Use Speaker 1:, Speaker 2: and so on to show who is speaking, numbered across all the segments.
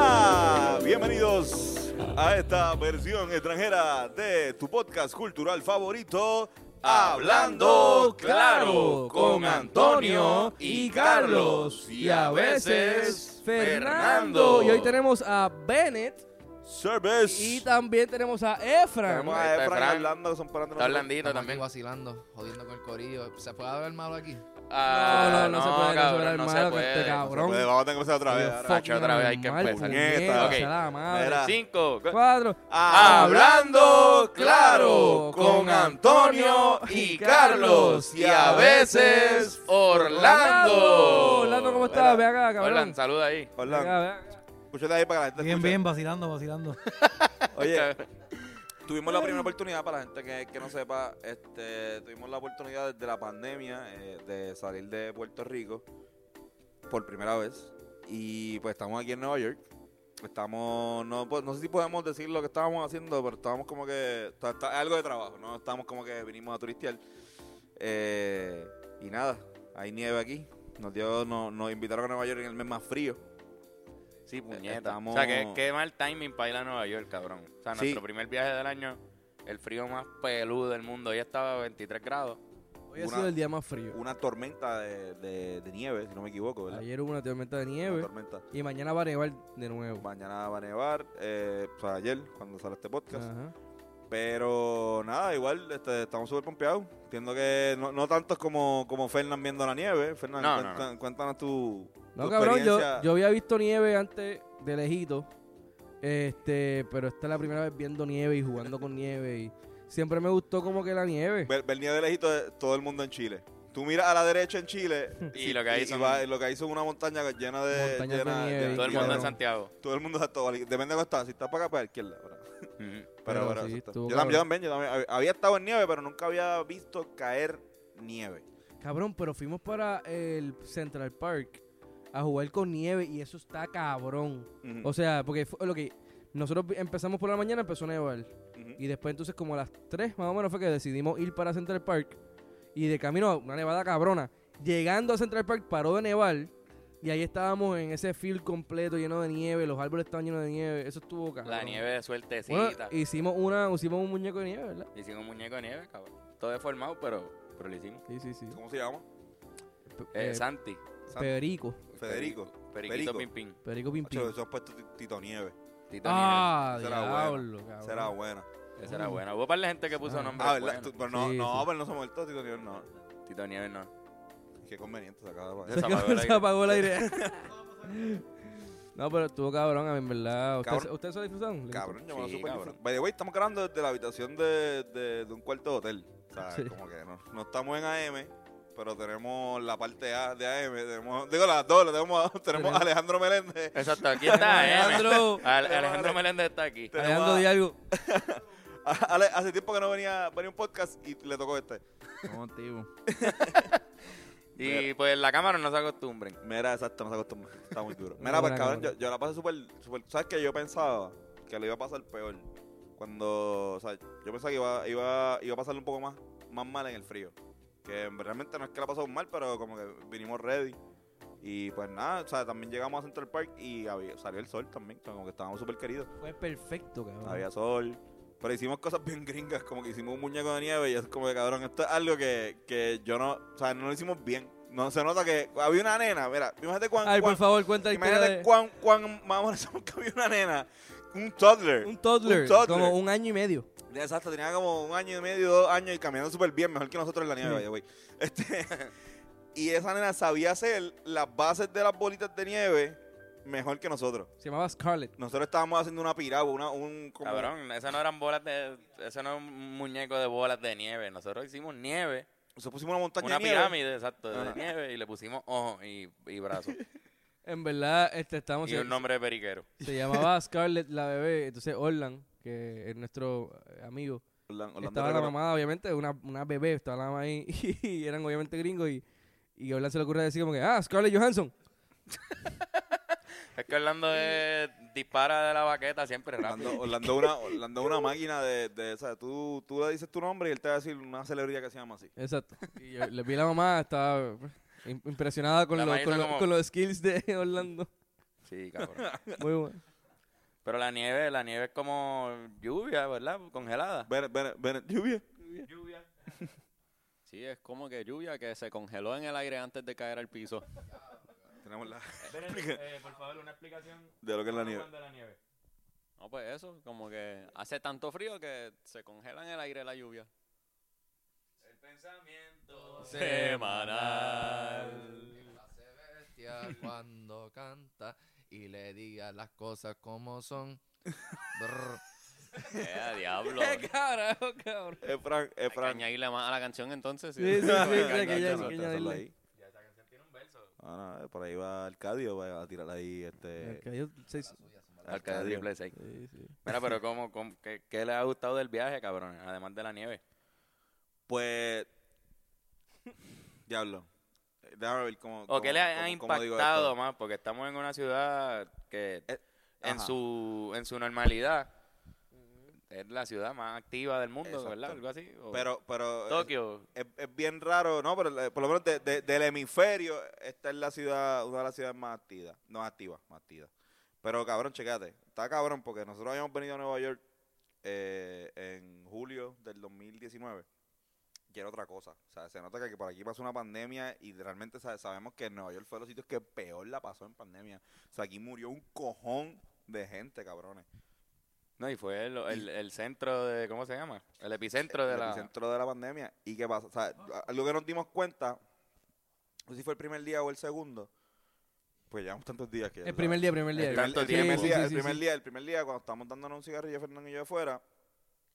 Speaker 1: Ah, a esta versión extranjera de tu podcast cultural favorito. Hablando claro con Antonio y Carlos y a veces Fernando.
Speaker 2: Y hoy tenemos a Bennett
Speaker 1: Service.
Speaker 2: y también tenemos a Efra.
Speaker 1: Tenemos
Speaker 3: Ahí
Speaker 1: a
Speaker 3: está
Speaker 1: Efraín
Speaker 3: Efraín.
Speaker 1: hablando, son parando
Speaker 3: Está blandito
Speaker 4: Estamos aquí
Speaker 3: también.
Speaker 4: vacilando, jodiendo con el corillo. ¿Se puede hablar malo aquí?
Speaker 3: Ah,
Speaker 2: no, no, no se puede, no se puede,
Speaker 3: cabrón, no se
Speaker 2: hermano, que este
Speaker 3: puede.
Speaker 2: cabrón.
Speaker 1: Vamos a tener que empezar otra vez.
Speaker 2: Dios,
Speaker 1: ahora.
Speaker 2: fuck,
Speaker 3: Nacho, otra vez hay que
Speaker 2: mal,
Speaker 3: empezar.
Speaker 2: puñeta,
Speaker 1: Ok.
Speaker 2: se la madre.
Speaker 1: Mira.
Speaker 3: Cinco. cu-
Speaker 2: Cuatro.
Speaker 3: Hablando claro con Antonio y Carlos y a veces Orlando.
Speaker 2: Orlando, ¿cómo estás? Ve acá, cabrón.
Speaker 3: Orlando, saluda ahí.
Speaker 2: Ve acá,
Speaker 1: Orlando,
Speaker 2: ve acá.
Speaker 1: escúchate ahí para que la gente
Speaker 5: Bien,
Speaker 1: escuche.
Speaker 5: bien, vacilando, vacilando.
Speaker 1: Oye, tuvimos la primera oportunidad para la gente que, que no sepa, este, tuvimos la oportunidad desde la pandemia eh, de salir de Puerto Rico por primera vez y pues estamos aquí en Nueva York. Estamos, no, po- no sé si podemos decir lo que estábamos haciendo, pero estábamos como que, ta- ta- algo de trabajo, ¿no? Estábamos como que vinimos a turistear. Eh, y nada, hay nieve aquí. Nos, dio, no- nos invitaron a Nueva York en el mes más frío. E,
Speaker 3: Sí, puñeta.
Speaker 1: Estamos-
Speaker 3: O sea, que qué mal timing para ir a Nueva York, cabrón. O sea,
Speaker 1: Sí.
Speaker 3: nuestro primer viaje del año, el frío más peludo del mundo, ya estaba a 23 grados.
Speaker 2: Hoy ha
Speaker 1: Una-
Speaker 2: sido el día más frío.
Speaker 1: Una tormenta de, de- de nieve, si no me equivoco, ¿verdad?
Speaker 2: Ayer hubo una tormenta de
Speaker 1: Una
Speaker 2: nieve
Speaker 1: tormenta.
Speaker 2: y mañana va a nevar de nuevo.
Speaker 1: Mañana va a nevar, eh, o sea, ayer, cuando sale este podcast.
Speaker 2: Ajá.
Speaker 1: Pero nada, igual este, estamos súper pompeados. Entiendo que no, no tantos como, como Fernán viendo la nieve. Fernán,
Speaker 3: No,
Speaker 1: cuenta-
Speaker 3: no,
Speaker 1: cuéntanos tu,
Speaker 2: No,
Speaker 1: tu
Speaker 2: cabrón, yo,
Speaker 1: experiencia.
Speaker 2: yo había visto nieve antes de lejito. Este, pero esta es la primera vez viendo nieve y jugando con nieve. Y siempre me gustó como que la nieve.
Speaker 1: Ver, ver nieve de lejito de todo el mundo en Chile. Tú miras a la derecha en Chile
Speaker 3: Y lo que hay son-
Speaker 1: va- lo que hay son una montaña llena de...
Speaker 2: Montañas de
Speaker 1: llena-
Speaker 2: nieve,
Speaker 1: llena-
Speaker 2: Sí,
Speaker 3: Todo el mundo en
Speaker 2: cabrón.
Speaker 3: Santiago.
Speaker 1: Todo el mundo está todo- Depende de cómo estás. Si estás para acá, pues, para la izquierda. ¿verdad?
Speaker 3: Ujú.
Speaker 1: Pero,
Speaker 2: Pero
Speaker 1: pero,
Speaker 2: sí,
Speaker 1: eso está.
Speaker 2: estuvo
Speaker 1: yo, también, yo
Speaker 2: cabrón.
Speaker 1: también, yo también. Hab- Había estado en nieve, pero nunca había visto caer nieve.
Speaker 2: Cabrón, pero fuimos para el Central Park a jugar con nieve y eso está cabrón.
Speaker 1: Ujú,
Speaker 2: O sea, porque fue lo que nosotros vi- empezamos por la mañana, empezó a nevar.
Speaker 1: ujú.
Speaker 2: Y después entonces como a las 3 más o menos fue que decidimos ir para Central Park. Y de camino a una nevada cabrona. Llegando a Central Park paró de nevar. Y ahí estábamos en ese field completo lleno de nieve. Los árboles estaban llenos de nieve. Eso estuvo cabrón.
Speaker 3: La nieve de
Speaker 2: Bueno,
Speaker 3: suertecita.
Speaker 2: hicimos, una, hicimos un muñeco de nieve, ¿verdad?
Speaker 3: Hicimos un muñeco de nieve, cabrón. Todo deformado, pero, pero lo hicimos.
Speaker 2: Sí, sí, sí.
Speaker 1: ¿Cómo se llama?
Speaker 3: Eh,
Speaker 2: Eh,
Speaker 3: Santi.
Speaker 1: San-
Speaker 2: Perico.
Speaker 1: Federico.
Speaker 3: Periquito
Speaker 1: Perico.
Speaker 3: Pim Pim.
Speaker 2: Perico Pim
Speaker 1: Ocho,
Speaker 2: Pim.
Speaker 1: eso has puesto ti- Tito Nieve.
Speaker 3: Tito
Speaker 2: Ah,
Speaker 1: Será
Speaker 2: diablo, cabrón.
Speaker 1: Será buena.
Speaker 3: Nieve. Esa era buena. Hubo par de gente que puso
Speaker 2: Ah.
Speaker 3: nombres
Speaker 1: Ah, ¿verdad?
Speaker 3: buenos.
Speaker 1: Tú- pero no,
Speaker 2: Sí,
Speaker 1: no,
Speaker 2: sí.
Speaker 1: pero no se ha muerto Tito Nieve, no.
Speaker 3: Tito Nieves no.
Speaker 1: Qué conveniente se acaba de
Speaker 2: Se,
Speaker 3: Se
Speaker 1: pasar.
Speaker 3: acaba- apagó el
Speaker 2: se
Speaker 3: aire.
Speaker 2: apagó el aire. no, pero estuvo cabrón, a mí, en verdad. ¿Ustedes,
Speaker 1: Cabrón.
Speaker 2: ¿ustedes se lo disfrutaron?
Speaker 1: Cabrón, yo me lo
Speaker 3: Sí,
Speaker 1: super
Speaker 3: cabrón.
Speaker 1: disfruto. By the way, estamos grabando desde la habitación de, de- de un cuarto de hotel. O sea,
Speaker 2: Sí.
Speaker 1: como que no, no estamos en AM, pero tenemos la parte A de AM. Tenemos, digo, las dos, la tenemos, tenemos
Speaker 2: Tenemos-
Speaker 1: a Alejandro Meléndez.
Speaker 3: Exacto, aquí está, eh.
Speaker 2: Alejandro.
Speaker 3: Al- Alejandro Meléndez está aquí.
Speaker 1: Tenemos
Speaker 2: Alejandro,
Speaker 1: a-
Speaker 2: di algo.
Speaker 1: a- Ale- hace tiempo que no venía, venía un podcast y le tocó este.
Speaker 4: No, tío.
Speaker 3: Y pues la cámara no se acostumbren.
Speaker 1: Mira, exacto, no se acostumbra. Está muy duro.
Speaker 2: Una
Speaker 1: Mira, pues
Speaker 2: buena
Speaker 1: cabrón, yo,
Speaker 2: cámara.
Speaker 1: yo la pasé súper, súper. ¿Sabes qué? Yo pensaba que le iba a pasar peor. Cuando, o sea, yo pensaba que iba, iba, iba a pasarle un poco más, más mal en el frío. Que realmente no es que la pasamos mal, pero como que vinimos ready. Y pues nada, o sea, también llegamos a Central Park y había- salió el sol también. o sea, como que estábamos súper queridos.
Speaker 2: Fue perfecto, cabrón.
Speaker 1: Había sol. Pero hicimos cosas bien gringas, como que hicimos un muñeco de nieve y es como que cabrón, esto es algo que, que yo no, o sea, no lo hicimos bien. No se nota que había una nena, mira, imagínate cuán,
Speaker 2: Ay, por
Speaker 1: cuán-
Speaker 2: favor, cuenta la historia
Speaker 1: imagínate
Speaker 2: de
Speaker 1: cuán, cuán más molestamos que había una nena, un toddler.
Speaker 2: un toddler,
Speaker 1: un toddler.
Speaker 2: como un año y medio.
Speaker 1: Ya, Exacto, tenía como un año y medio, dos años y caminando súper bien, mejor que nosotros en la nieve,
Speaker 2: Sí.
Speaker 1: vaya, güey. Este, y esa nena sabía hacer las bases de las bolitas de nieve mejor que nosotros.
Speaker 2: Se llamaba Scarlett.
Speaker 1: Nosotros estábamos haciendo una piragua, una, un... como-
Speaker 3: Cabrón, esas no eran bolas de. Eso no era un muñeco de bolas de nieve. Nosotros hicimos nieve.
Speaker 1: Nosotros pusimos una montaña
Speaker 3: Una
Speaker 1: de nieve.
Speaker 3: pirámide, exacto, de
Speaker 1: Ajá.
Speaker 3: nieve. Y le pusimos ojos y, y brazos.
Speaker 2: En verdad, este, estábamos...
Speaker 3: y
Speaker 2: Se,
Speaker 3: un nombre de periquero.
Speaker 2: se llamaba Scarlett la bebé. Entonces Orlan, que es nuestro eh, amigo,
Speaker 1: Orlan- Orlando
Speaker 2: estaba la
Speaker 1: Regalado.
Speaker 2: mamá, obviamente, una, una bebé, estaba la mamá ahí. Y eran obviamente gringos y... Y Orlan se le ocurre decir como que, ah, Scarlett Johansson.
Speaker 3: Es que Orlando es- dispara de la baqueta siempre rápido.
Speaker 1: Orlando, Orlando una, Orlando una máquina de, de esa. Tú, tú le dices tu nombre y él te va a decir una celebridad que se llama así.
Speaker 2: Exacto. Y yo le vi a la mamá, estaba pues, im- impresionada con,
Speaker 3: La
Speaker 2: lo-
Speaker 3: mamá hizo
Speaker 2: con, lo-
Speaker 3: como-
Speaker 2: con los skills de Orlando.
Speaker 3: Sí, cabrón.
Speaker 2: Muy bueno.
Speaker 3: Pero la nieve, la nieve es como lluvia, ¿verdad? Congelada.
Speaker 1: Ven, ven, ven, lluvia.
Speaker 3: Lluvia.
Speaker 5: Sí, es como que lluvia que se congeló en el aire antes de caer al piso.
Speaker 1: Tenemos la
Speaker 3: eh, por favor, una explicación
Speaker 1: de lo que es la nieve.
Speaker 3: la nieve.
Speaker 5: No, pues eso, como que hace tanto frío que se congela en el aire la lluvia.
Speaker 3: El pensamiento
Speaker 5: semanal.
Speaker 4: La hace bestia cuando canta y le diga las cosas como son. Brr.
Speaker 5: Eh, diablo.
Speaker 2: ¡Qué
Speaker 5: Hay
Speaker 2: carajo, cabrón!
Speaker 1: Es Frank, es
Speaker 5: que
Speaker 1: Frank.
Speaker 5: añadirle más a la canción entonces.
Speaker 2: Sí, sí, sí,
Speaker 5: Hay
Speaker 2: sí,
Speaker 5: añadirle
Speaker 2: que ya-
Speaker 5: más.
Speaker 1: Eso,
Speaker 2: que
Speaker 1: eso,
Speaker 2: añadirle.
Speaker 1: eso ahí. Ah, no, eh, por ahí va Arcadio va a tirar ahí este.
Speaker 2: Arcadio, sí, Ah, sí,
Speaker 3: Arcade
Speaker 1: Arcadio.
Speaker 3: Triple Seis.
Speaker 2: sí, sí.
Speaker 3: Mira, pero ¿cómo, cómo- qué, qué le ha gustado del viaje, cabrón? Además de la nieve.
Speaker 1: Pues. Diablo. Eh, Déjame ver cómo.
Speaker 3: ¿O qué le ha ha impactado
Speaker 1: más?
Speaker 3: más? Porque estamos en una ciudad que
Speaker 1: Eh,
Speaker 3: en
Speaker 1: ajá.
Speaker 3: su, en su normalidad es la ciudad más activa del mundo,
Speaker 1: Exacto.
Speaker 3: ¿verdad? Algo así. o-
Speaker 1: Pero, eh, pero. es-
Speaker 3: Tokio.
Speaker 1: Es, es bien raro, ¿no? Pero eh, por lo menos de- de- del hemisferio, esta es la ciudad, una de las ciudades más activas. No activa, más activa. Pero cabrón, checate. Está cabrón porque nosotros habíamos venido a Nueva York eh, en julio del 2019. Y era otra cosa. O sea, se nota que por aquí pasó una pandemia y realmente sa- sabemos que Nueva York fue de los sitios que peor la pasó en pandemia. O sea, aquí murió un cojón de gente, cabrones.
Speaker 3: No, y fue el, el- el centro de, ¿cómo se llama? El epicentro de
Speaker 1: el
Speaker 3: la...
Speaker 1: epicentro de la pandemia. ¿Y qué pasa? O sea, algo que nos dimos cuenta, no sé si fue el primer día o el segundo, pues llevamos tantos días que... ya
Speaker 2: El
Speaker 1: tú
Speaker 2: primer
Speaker 1: sabes.
Speaker 2: día, primer día.
Speaker 1: El primer,
Speaker 3: Tanto
Speaker 1: el
Speaker 3: tiempo.
Speaker 1: primer
Speaker 2: Sí,
Speaker 1: día,
Speaker 2: sí,
Speaker 1: el
Speaker 2: sí,
Speaker 1: primer
Speaker 2: sí.
Speaker 1: día, el primer día, cuando estábamos dándonos un cigarrillo, Fernando y yo afuera,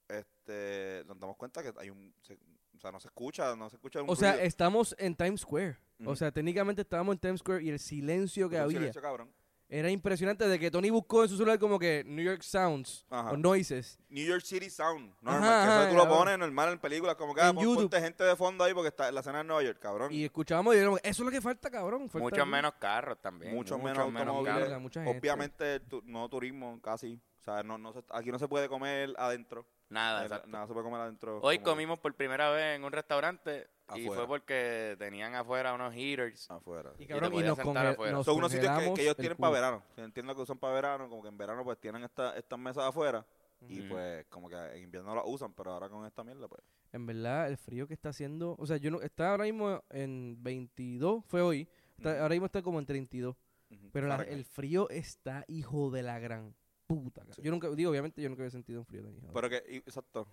Speaker 1: este, nos damos cuenta que hay un... se- o sea, no se escucha, no se escucha un
Speaker 2: O sea,
Speaker 1: ruido,
Speaker 2: estamos en Times Square. O
Speaker 1: Ujú.
Speaker 2: sea, técnicamente estábamos en Times Square y el silencio que
Speaker 1: un
Speaker 2: había
Speaker 1: silencio, cabrón.
Speaker 2: era impresionante. De que Tony buscó en su celular como que New York Sounds
Speaker 1: Ajá.
Speaker 2: o Noises.
Speaker 1: New York City Sound, normal,
Speaker 2: Ajá,
Speaker 1: que eso
Speaker 2: ajá,
Speaker 1: tú lo
Speaker 2: cabrón.
Speaker 1: pones normal en películas, como que ah,
Speaker 2: En
Speaker 1: pon-
Speaker 2: YouTube.
Speaker 1: ponte gente de fondo ahí porque está la cena de Nueva York, cabrón.
Speaker 2: Y escuchábamos y dijimos, eso es lo que falta, cabrón. falta
Speaker 3: Muchos
Speaker 2: algo".
Speaker 3: menos carros también.
Speaker 1: mucho menos
Speaker 2: carros.
Speaker 1: automóviles,
Speaker 2: Mucha- mucha gente.
Speaker 1: obviamente tu- no turismo casi, o sea, no, no se- aquí no se puede comer adentro,
Speaker 3: Nada,
Speaker 1: Eh,
Speaker 3: exacto.
Speaker 1: nada se puede comer adentro.
Speaker 3: Hoy
Speaker 1: como
Speaker 3: comimos por primera vez en un restaurante y
Speaker 1: Afuera.
Speaker 3: fue porque tenían afuera unos heaters.
Speaker 1: afuera.
Speaker 2: Y,
Speaker 3: te
Speaker 2: cabrón, y,
Speaker 3: podías
Speaker 2: nos,
Speaker 3: sentar
Speaker 2: conge-
Speaker 3: afuera.
Speaker 2: nos
Speaker 1: Son unos sitios que- que,
Speaker 2: congelamos
Speaker 1: ellos
Speaker 2: el
Speaker 1: tienen
Speaker 2: culo.
Speaker 1: para verano, entiendo que usan para verano, como que en verano pues tienen esta, estas mesas afuera y
Speaker 3: Ujú.
Speaker 1: pues como que en invierno las usan, pero ahora con esta mierda pues.
Speaker 2: En verdad, el frío que está haciendo. O sea, yo no. Está ahora mismo en 22, fue hoy. está-
Speaker 1: Ujú.
Speaker 2: Ahora mismo está como en 32.
Speaker 1: ujú,
Speaker 2: Pero la-
Speaker 1: Fahrenheit.
Speaker 2: el frío está hijo de la gran puta. cabrón.
Speaker 1: Sí.
Speaker 2: Yo nunca, digo, obviamente yo nunca había sentido un frío tan hijo de-
Speaker 1: Pero que, y- exacto.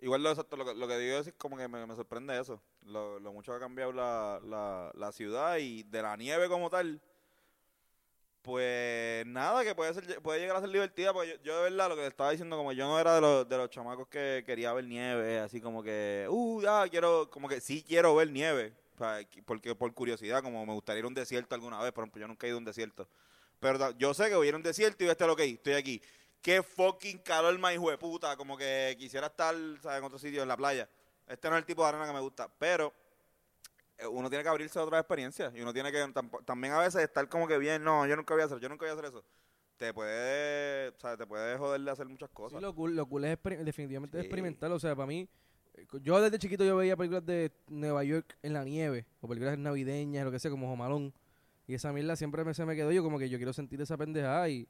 Speaker 1: Igual lo exacto, lo, que- lo que digo es como que me, me sorprende eso. Lo, lo mucho que ha cambiado la, la, la ciudad y de la nieve como tal. Pues nada, que puede ser puede llegar a ser divertida, porque yo, yo de verdad lo que le estaba diciendo, como yo no era de los, de los chamacos que quería ver nieve, así como que, uh, ya quiero, como que sí quiero ver nieve, o sea, que- porque por curiosidad, como me gustaría ir a un desierto alguna vez, por ejemplo, yo nunca he ido a un desierto, pero ta- yo sé que voy a ir a un desierto y voy a estar ok, estoy aquí, qué fucking calor más hijo de puta, como que quisiera estar, ¿sabes? En otro sitio, en la playa. Este no es el tipo de arena que me gusta, pero eh, uno tiene que abrirse a otras experiencias y uno tiene que tampo- también a veces estar como que bien, no, yo nunca voy a hacer, yo nunca voy a hacer eso. Te puede, o sea, te puede joder de hacer muchas
Speaker 2: Sí,
Speaker 1: cosas.
Speaker 2: lo cool, lo cool es exper- definitivamente
Speaker 1: Sí.
Speaker 2: experimentar. O sea, para mí, eh, co- yo desde chiquito yo veía películas de Nueva York en la nieve, o películas navideñas, lo que sea, como Jomalón. Y esa mierda siempre me, se me quedó yo como que yo quiero sentir esa pendejada y,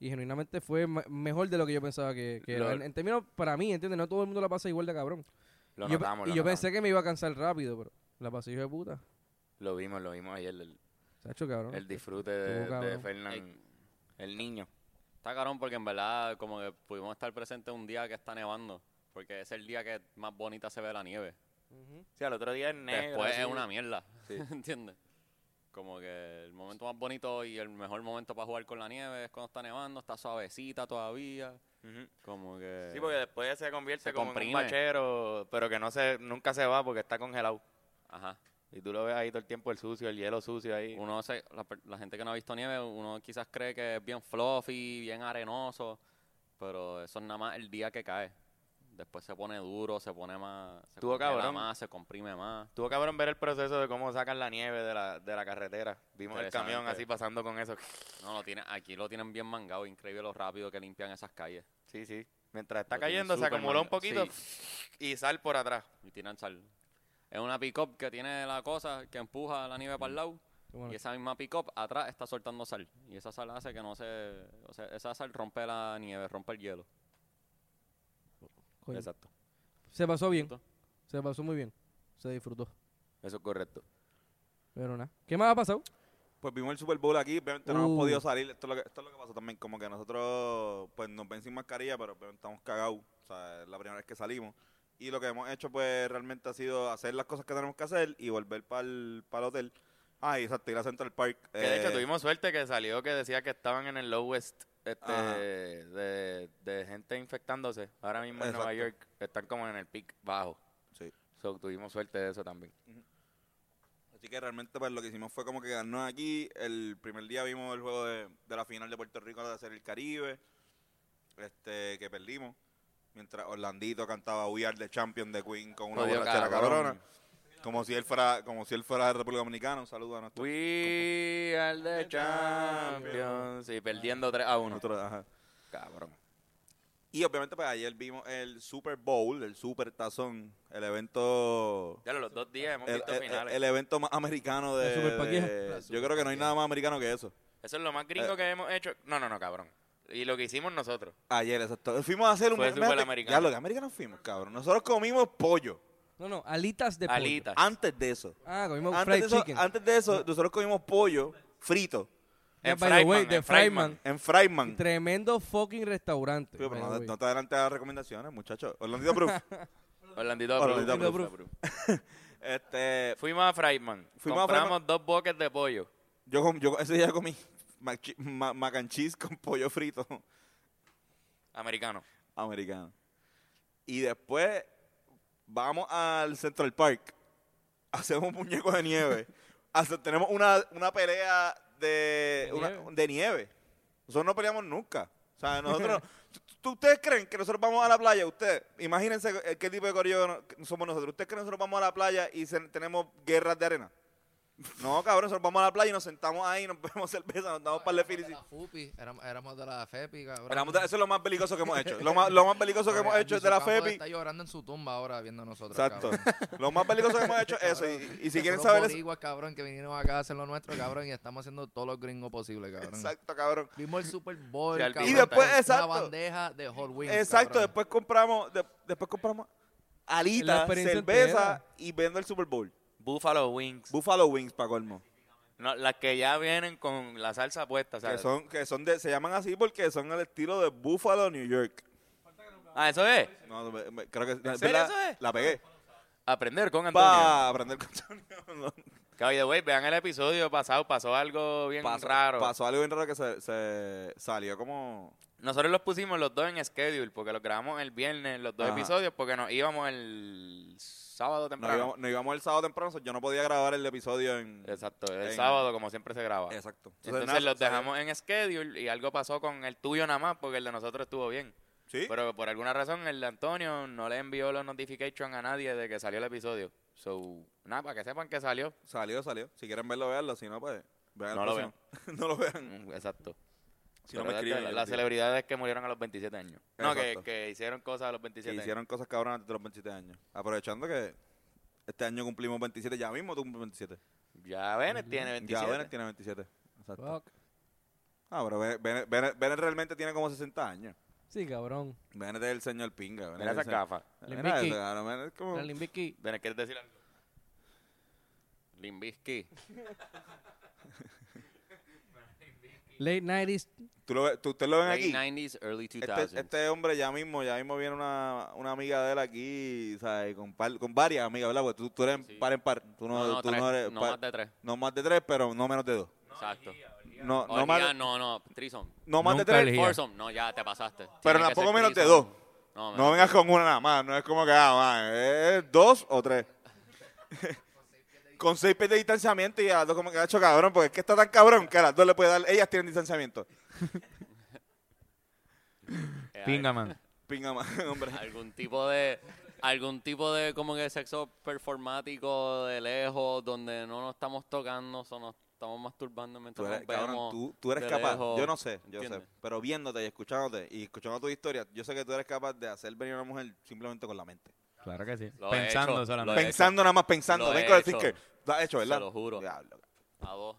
Speaker 2: y genuinamente fue me- mejor de lo que yo pensaba que, que era.
Speaker 3: Lo-
Speaker 2: En, en términos, para mí, ¿entiendes? No todo el mundo la pasa igual de cabrón.
Speaker 3: Lo
Speaker 2: y yo, pe-
Speaker 3: notamos,
Speaker 2: y
Speaker 3: lo
Speaker 2: yo
Speaker 3: notamos.
Speaker 2: pensé que me iba a cansar rápido, pero la pasé hijo de puta.
Speaker 3: Lo vimos, lo vimos ayer, el,
Speaker 2: Se ha hecho cabrón.
Speaker 3: el disfrute de,
Speaker 2: Estuvo cabrón.
Speaker 3: de Fernán, el niño.
Speaker 5: Está cabrón porque en verdad como que pudimos estar presentes un día que está nevando. Porque es el día que más bonita se ve la nieve.
Speaker 2: Ujú.
Speaker 3: Sí, al otro día es negro.
Speaker 5: Después es
Speaker 3: así.
Speaker 5: una mierda. ¿Entiendes? Como que el momento más bonito y el mejor momento para jugar con la nieve es cuando está nevando, está suavecita todavía.
Speaker 3: Ujú.
Speaker 5: Como que.
Speaker 3: Sí, porque después se convierte
Speaker 5: Se
Speaker 3: como en
Speaker 5: comprime.
Speaker 3: un bachero, pero que no se, nunca se va porque está congelado.
Speaker 5: Ajá.
Speaker 3: Y tú lo ves ahí todo el tiempo, el sucio, el hielo sucio ahí.
Speaker 5: Uno se, la, per- la gente que no ha visto nieve, uno quizás cree que es bien fluffy, bien arenoso, pero eso es nada más el día que cae. Después se pone duro, se pone más. Se
Speaker 3: Estuvo
Speaker 5: congela
Speaker 3: cabrón.
Speaker 5: más, se comprime más.
Speaker 3: Tuvo cabrón ver el proceso de cómo sacan la nieve de la, de la carretera. Vimos el
Speaker 5: Interesante.
Speaker 3: camión así pasando con eso.
Speaker 5: No, lo tiene, aquí lo tienen bien mangado, increíble lo rápido que limpian esas calles.
Speaker 3: Sí, sí. Mientras está
Speaker 5: Lo tienen
Speaker 3: cayendo, se
Speaker 5: súper
Speaker 3: acumuló un
Speaker 5: manga-
Speaker 3: poquito y sal por atrás.
Speaker 5: Y tiran sal. Es una pick-up que tiene la cosa que empuja la nieve para el lado
Speaker 2: Qué bueno.
Speaker 5: Y esa misma pick-up atrás está soltando sal. Y esa sal hace que no se... O sea, esa sal rompe la nieve, rompe el hielo.
Speaker 2: Coño.
Speaker 5: Exacto.
Speaker 2: Se pasó bien.
Speaker 5: Exacto.
Speaker 2: Se pasó muy bien. Se disfrutó.
Speaker 5: Eso es correcto.
Speaker 2: Pero nada. ¿Qué más ha pasado?
Speaker 1: Pues vimos el Super Bowl aquí, obviamente no
Speaker 2: Uh.
Speaker 1: hemos podido salir. Esto es, lo que, esto es lo que pasó también, como que nosotros pues nos ven sin mascarilla, pero, pero estamos cagados. O sea, es la primera vez que salimos. Y lo que hemos hecho pues realmente ha sido hacer las cosas que tenemos que hacer y volver para el hotel. Ah, y exacto, ir a Central Park.
Speaker 3: Que de hecho
Speaker 1: eh,
Speaker 3: tuvimos suerte que salió que decía que estaban en el lowest este,
Speaker 1: Ajá.
Speaker 3: de, de gente infectándose. Ahora mismo en Nueva
Speaker 1: Exacto.
Speaker 3: York están como en el pic bajo.
Speaker 1: Sí.
Speaker 3: So, tuvimos suerte de eso también.
Speaker 1: Así que realmente pues lo que hicimos fue como que ganarnos aquí. El primer día vimos el juego de, de la final de Puerto Rico de hacer el Caribe, este que perdimos. Mientras Orlandito cantaba We Are the Champion de Queen con una
Speaker 3: Jodido
Speaker 1: borrachera
Speaker 3: cabrón.
Speaker 1: cabrona. Como si él fuera, como si él fuera de República Dominicana. Un saludo a nuestro,
Speaker 3: We are the champions. Sí, perdiendo 3 a 1.
Speaker 1: nuestro- ajá.
Speaker 3: Cabrón.
Speaker 1: Y obviamente pues ayer vimos el Super Bowl, el Super Tazón, el evento
Speaker 3: Ya los dos días hemos
Speaker 1: el,
Speaker 3: visto
Speaker 1: el-
Speaker 3: finales.
Speaker 1: el evento más americano de,
Speaker 2: La Super Paquija.
Speaker 1: de-
Speaker 4: La
Speaker 1: yo
Speaker 4: Super
Speaker 1: creo que no hay
Speaker 4: Paquija.
Speaker 1: nada más americano que eso.
Speaker 3: Eso es lo más gringo que hemos hecho. No, no, no, cabrón. Y lo que hicimos nosotros.
Speaker 1: Ayer, exacto. Fuimos a hacer un...
Speaker 3: Fue
Speaker 1: imagínate-
Speaker 3: superamericano.
Speaker 1: Ya, lo que americanos fuimos, cabrón. Nosotros comimos pollo.
Speaker 2: No, no. Alitas de pollo.
Speaker 3: Alitas.
Speaker 1: Antes de eso.
Speaker 2: Ah, comimos
Speaker 1: Antes
Speaker 2: fried
Speaker 1: de eso,
Speaker 2: chicken.
Speaker 1: antes de eso nosotros comimos pollo frito
Speaker 2: Ya,
Speaker 3: en
Speaker 2: by the way,
Speaker 3: Friedman,
Speaker 2: de
Speaker 3: en Friedman.
Speaker 2: Friedman.
Speaker 1: en Fryman.
Speaker 2: Tremendo fucking restaurante.
Speaker 1: Pero
Speaker 2: by
Speaker 1: no,
Speaker 2: the way.
Speaker 1: no te adelantes a las recomendaciones, muchachos. Orlandito Proof.
Speaker 3: Orlandito
Speaker 1: Orlandito
Speaker 3: Proof.
Speaker 1: Proof. este,
Speaker 3: Fuimos a Friedman.
Speaker 1: Fuimos a
Speaker 3: Compramos dos buckets de pollo.
Speaker 1: yo, com- yo ese día comí mac, chi- ma- mac and cheese con pollo frito
Speaker 3: Americano.
Speaker 1: americano. Y después vamos al Central Park. Hacemos un muñeco de nieve. Hace- tenemos una, una pelea de,
Speaker 2: De
Speaker 1: una-
Speaker 2: nieve.
Speaker 1: de nieve. Nosotros no peleamos nunca. O sea, nosotros... ¿Tú- tú- ¿Ustedes creen que nosotros vamos a la playa? Ustedes, imagínense eh, qué tipo de corillo no- que somos nosotros. ¿Ustedes creen que nosotros vamos a la playa y se- tenemos guerras de arena? No, cabrón, nosotros vamos a la playa y nos sentamos ahí, nos bebemos cerveza, nos damos par de
Speaker 4: Éramos de
Speaker 1: filis.
Speaker 4: la FUPI, éramos, éramos de la FEPI, cabrón.
Speaker 1: Éramos de- Eso es lo más belicoso que hemos hecho. Lo más, lo más belicoso que hemos hecho es de la
Speaker 4: Anderson Campos
Speaker 1: FEPI.
Speaker 4: Está llorando en su tumba ahora viendo a nosotros.
Speaker 1: Exacto.
Speaker 4: cabrón.
Speaker 1: Lo más peligroso que hemos hecho es eso. Y, y si quieren
Speaker 4: Nosotros
Speaker 1: saber eso.
Speaker 4: boriguas, cabrón, que vinieron acá a hacer lo nuestro, cabrón, y estamos haciendo todos los gringos posible, cabrón.
Speaker 1: Exacto, cabrón.
Speaker 4: Vimos el Super Bowl,
Speaker 3: Sí, al
Speaker 4: cabrón,
Speaker 3: Y
Speaker 1: después,
Speaker 4: con
Speaker 1: exacto.
Speaker 4: Una bandeja de Hot Wings,
Speaker 1: Exacto.
Speaker 4: cabrón.
Speaker 1: Después compramos, de- después compramos
Speaker 2: La
Speaker 1: alitas,
Speaker 2: experiencia
Speaker 1: cerveza
Speaker 2: entera.
Speaker 1: y vendo el Super Bowl.
Speaker 3: Buffalo Wings.
Speaker 1: Buffalo Wings para colmo.
Speaker 3: No, las que ya vienen con la salsa puesta,
Speaker 1: Que
Speaker 3: ¿sabes?
Speaker 1: son, que son de, se llaman así porque son el estilo de Buffalo New York.
Speaker 3: Ah, eso es.
Speaker 1: No, me- me- creo que
Speaker 3: serio
Speaker 1: la,
Speaker 3: eso es?
Speaker 1: la pegué.
Speaker 3: Aprender con Antonio.
Speaker 1: Para aprender con Antonio.
Speaker 3: Que, by the way, vean el episodio pasado, pasó algo bien
Speaker 1: Pasó-
Speaker 3: raro.
Speaker 1: Pasó algo bien raro que se, se salió como.
Speaker 3: Nosotros los pusimos los dos en schedule, porque los grabamos el viernes, los dos
Speaker 1: Ajá.
Speaker 3: episodios, porque nos íbamos el sábado
Speaker 1: Nos
Speaker 3: temprano.
Speaker 1: íbamos, nos íbamos el sábado temprano, so yo no podía grabar el episodio en.
Speaker 3: Exacto, el
Speaker 1: en-
Speaker 3: sábado, como siempre se graba.
Speaker 1: Exacto.
Speaker 3: Entonces
Speaker 1: nada, pues,
Speaker 3: los
Speaker 1: salió-
Speaker 3: dejamos en schedule y algo pasó con el tuyo nada más, porque el de nosotros estuvo bien.
Speaker 1: Sí.
Speaker 3: Pero por alguna razón el de Antonio no le envió los notifications a nadie de que salió el episodio. So, nada, para que sepan que salió.
Speaker 1: Salió, salió. Si quieren verlo, veanlo. Si no, pues. Vean el
Speaker 3: No lo
Speaker 1: próximo. no lo vean.
Speaker 3: Mm, Exacto.
Speaker 1: Si no
Speaker 3: Pero
Speaker 1: me
Speaker 3: de-
Speaker 1: escriben.
Speaker 3: de-
Speaker 1: yo
Speaker 3: las
Speaker 1: les digo.
Speaker 3: celebridades que murieron a los 27 años. No, que,
Speaker 1: Exacto.
Speaker 3: que hicieron cosas a los
Speaker 1: Que
Speaker 3: 27 años.
Speaker 1: hicieron cosas cabronas antes de los 27 años. Aprovechando que este año cumplimos 27. Ya mismo tú cumples 27.
Speaker 3: Ya Bennett tiene
Speaker 1: Ya
Speaker 3: 27.
Speaker 1: Bennett tiene 27. Exacto.
Speaker 2: Fuck.
Speaker 1: Ah, pero Bennett- Bennett Bennett- Bennett realmente tiene como 60 años.
Speaker 2: Sí, cabrón.
Speaker 1: Bennett es el señor pinga. Bennett
Speaker 3: Mira
Speaker 1: es
Speaker 3: esas
Speaker 1: el señor-
Speaker 3: gafas.
Speaker 1: Mira
Speaker 2: Limbiquí.
Speaker 1: eso, cabrón, Bennett es como-
Speaker 2: La Limbiki.
Speaker 3: Bennett, ¿quieres decir algo?
Speaker 5: Limbisky.
Speaker 2: Late 90s.
Speaker 1: Tú lo, ve- tú- ustedes lo ven
Speaker 5: Late
Speaker 1: aquí.
Speaker 5: 90s, early
Speaker 1: Este,
Speaker 5: 2000s.
Speaker 1: este hombre ya mismo, ya mismo viene una, una amiga de él aquí, ¿sabes? Con, par- con varias amigas, ¿verdad? Porque tú, tú eres
Speaker 5: Sí.
Speaker 1: par en par. Tú no,
Speaker 5: No, no,
Speaker 1: tú
Speaker 5: tres,
Speaker 1: no eres
Speaker 5: no
Speaker 1: par-
Speaker 5: más de tres.
Speaker 1: No más de tres, pero no menos de dos.
Speaker 5: Exacto.
Speaker 1: No, no,
Speaker 5: Orgía,
Speaker 1: más,
Speaker 5: no, no, threesome.
Speaker 1: no más de
Speaker 4: Nunca
Speaker 1: tres,
Speaker 4: elegí.
Speaker 5: Foursome, no, ya te pasaste. Tiene que
Speaker 1: pero tampoco
Speaker 5: ser
Speaker 1: menos de dos.
Speaker 5: threesome. No,
Speaker 1: No
Speaker 5: menos-
Speaker 1: vengas con una nada más. No es como que, ah, man, es dos o tres. con seis pies de distanciamiento y a las dos como que ha hecho cabrón, porque es que está tan cabrón que a las dos le puede dar, ellas tienen distanciamiento.
Speaker 5: Eh,
Speaker 4: Pingaman.
Speaker 1: Pinga más, hombre.
Speaker 5: algún tipo de algún tipo de como que sexo performático de lejos donde no nos estamos tocando o nos estamos masturbando
Speaker 1: Tú
Speaker 5: mientras
Speaker 1: eres,
Speaker 5: nos vemos
Speaker 1: cabrón, tú, tú eres
Speaker 5: de
Speaker 1: capaz,
Speaker 5: lejos,
Speaker 1: yo no sé, yo sé,
Speaker 5: ¿entiendes?
Speaker 1: pero viéndote y escuchándote y escuchando tu historia, yo sé que tú eres capaz de hacer venir a una mujer simplemente con la mente.
Speaker 4: Claro que sí.
Speaker 5: Lo he
Speaker 4: Pensando
Speaker 5: hecho,
Speaker 4: solamente.
Speaker 5: lo he
Speaker 1: Pensando nada más, pensando,
Speaker 5: Lo
Speaker 1: ven
Speaker 5: he
Speaker 1: con el
Speaker 5: hecho.
Speaker 1: thinker. Lo has hecho, ¿verdad?
Speaker 5: lo juro.
Speaker 1: Diablo, cabrón.
Speaker 5: A dos.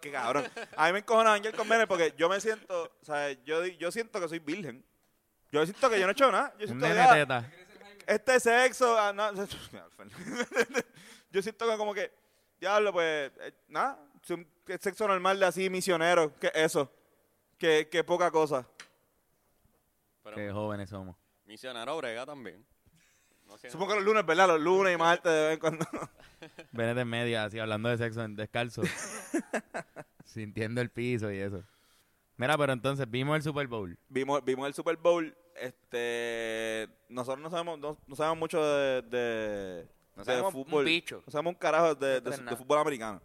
Speaker 1: Qué cabrón. A mí me encojona Ángel con Vene porque yo me siento, o sea, yo, di- yo siento que soy virgen. Yo siento que yo no he hecho nada. Yo
Speaker 6: Un
Speaker 1: siento
Speaker 6: nene
Speaker 1: que, ah,
Speaker 6: teta.
Speaker 1: este sexo, ah, no, yo siento que como que, diablo, pues, eh, nada, si un- que sexo normal de así, misionero, que eso, que, que poca cosa.
Speaker 5: Pero
Speaker 6: Qué jóvenes somos.
Speaker 5: misionero brega también. No sé-
Speaker 1: Supongo que los lunes, ¿verdad? Los lunes y martes de vez en cuando.
Speaker 6: Venete en media, así hablando de sexo en descalzo. Sintiendo el piso y eso. Mira, pero entonces vimos el Super Bowl.
Speaker 1: vimos, vimos el Super Bowl, este, nosotros no sabemos, no, no sabemos mucho de, de,
Speaker 3: No
Speaker 1: de
Speaker 3: sabemos un
Speaker 1: fútbol.
Speaker 3: bicho.
Speaker 1: No sabemos un carajo de, de-
Speaker 3: tres
Speaker 1: de
Speaker 3: nada.
Speaker 1: fútbol americano.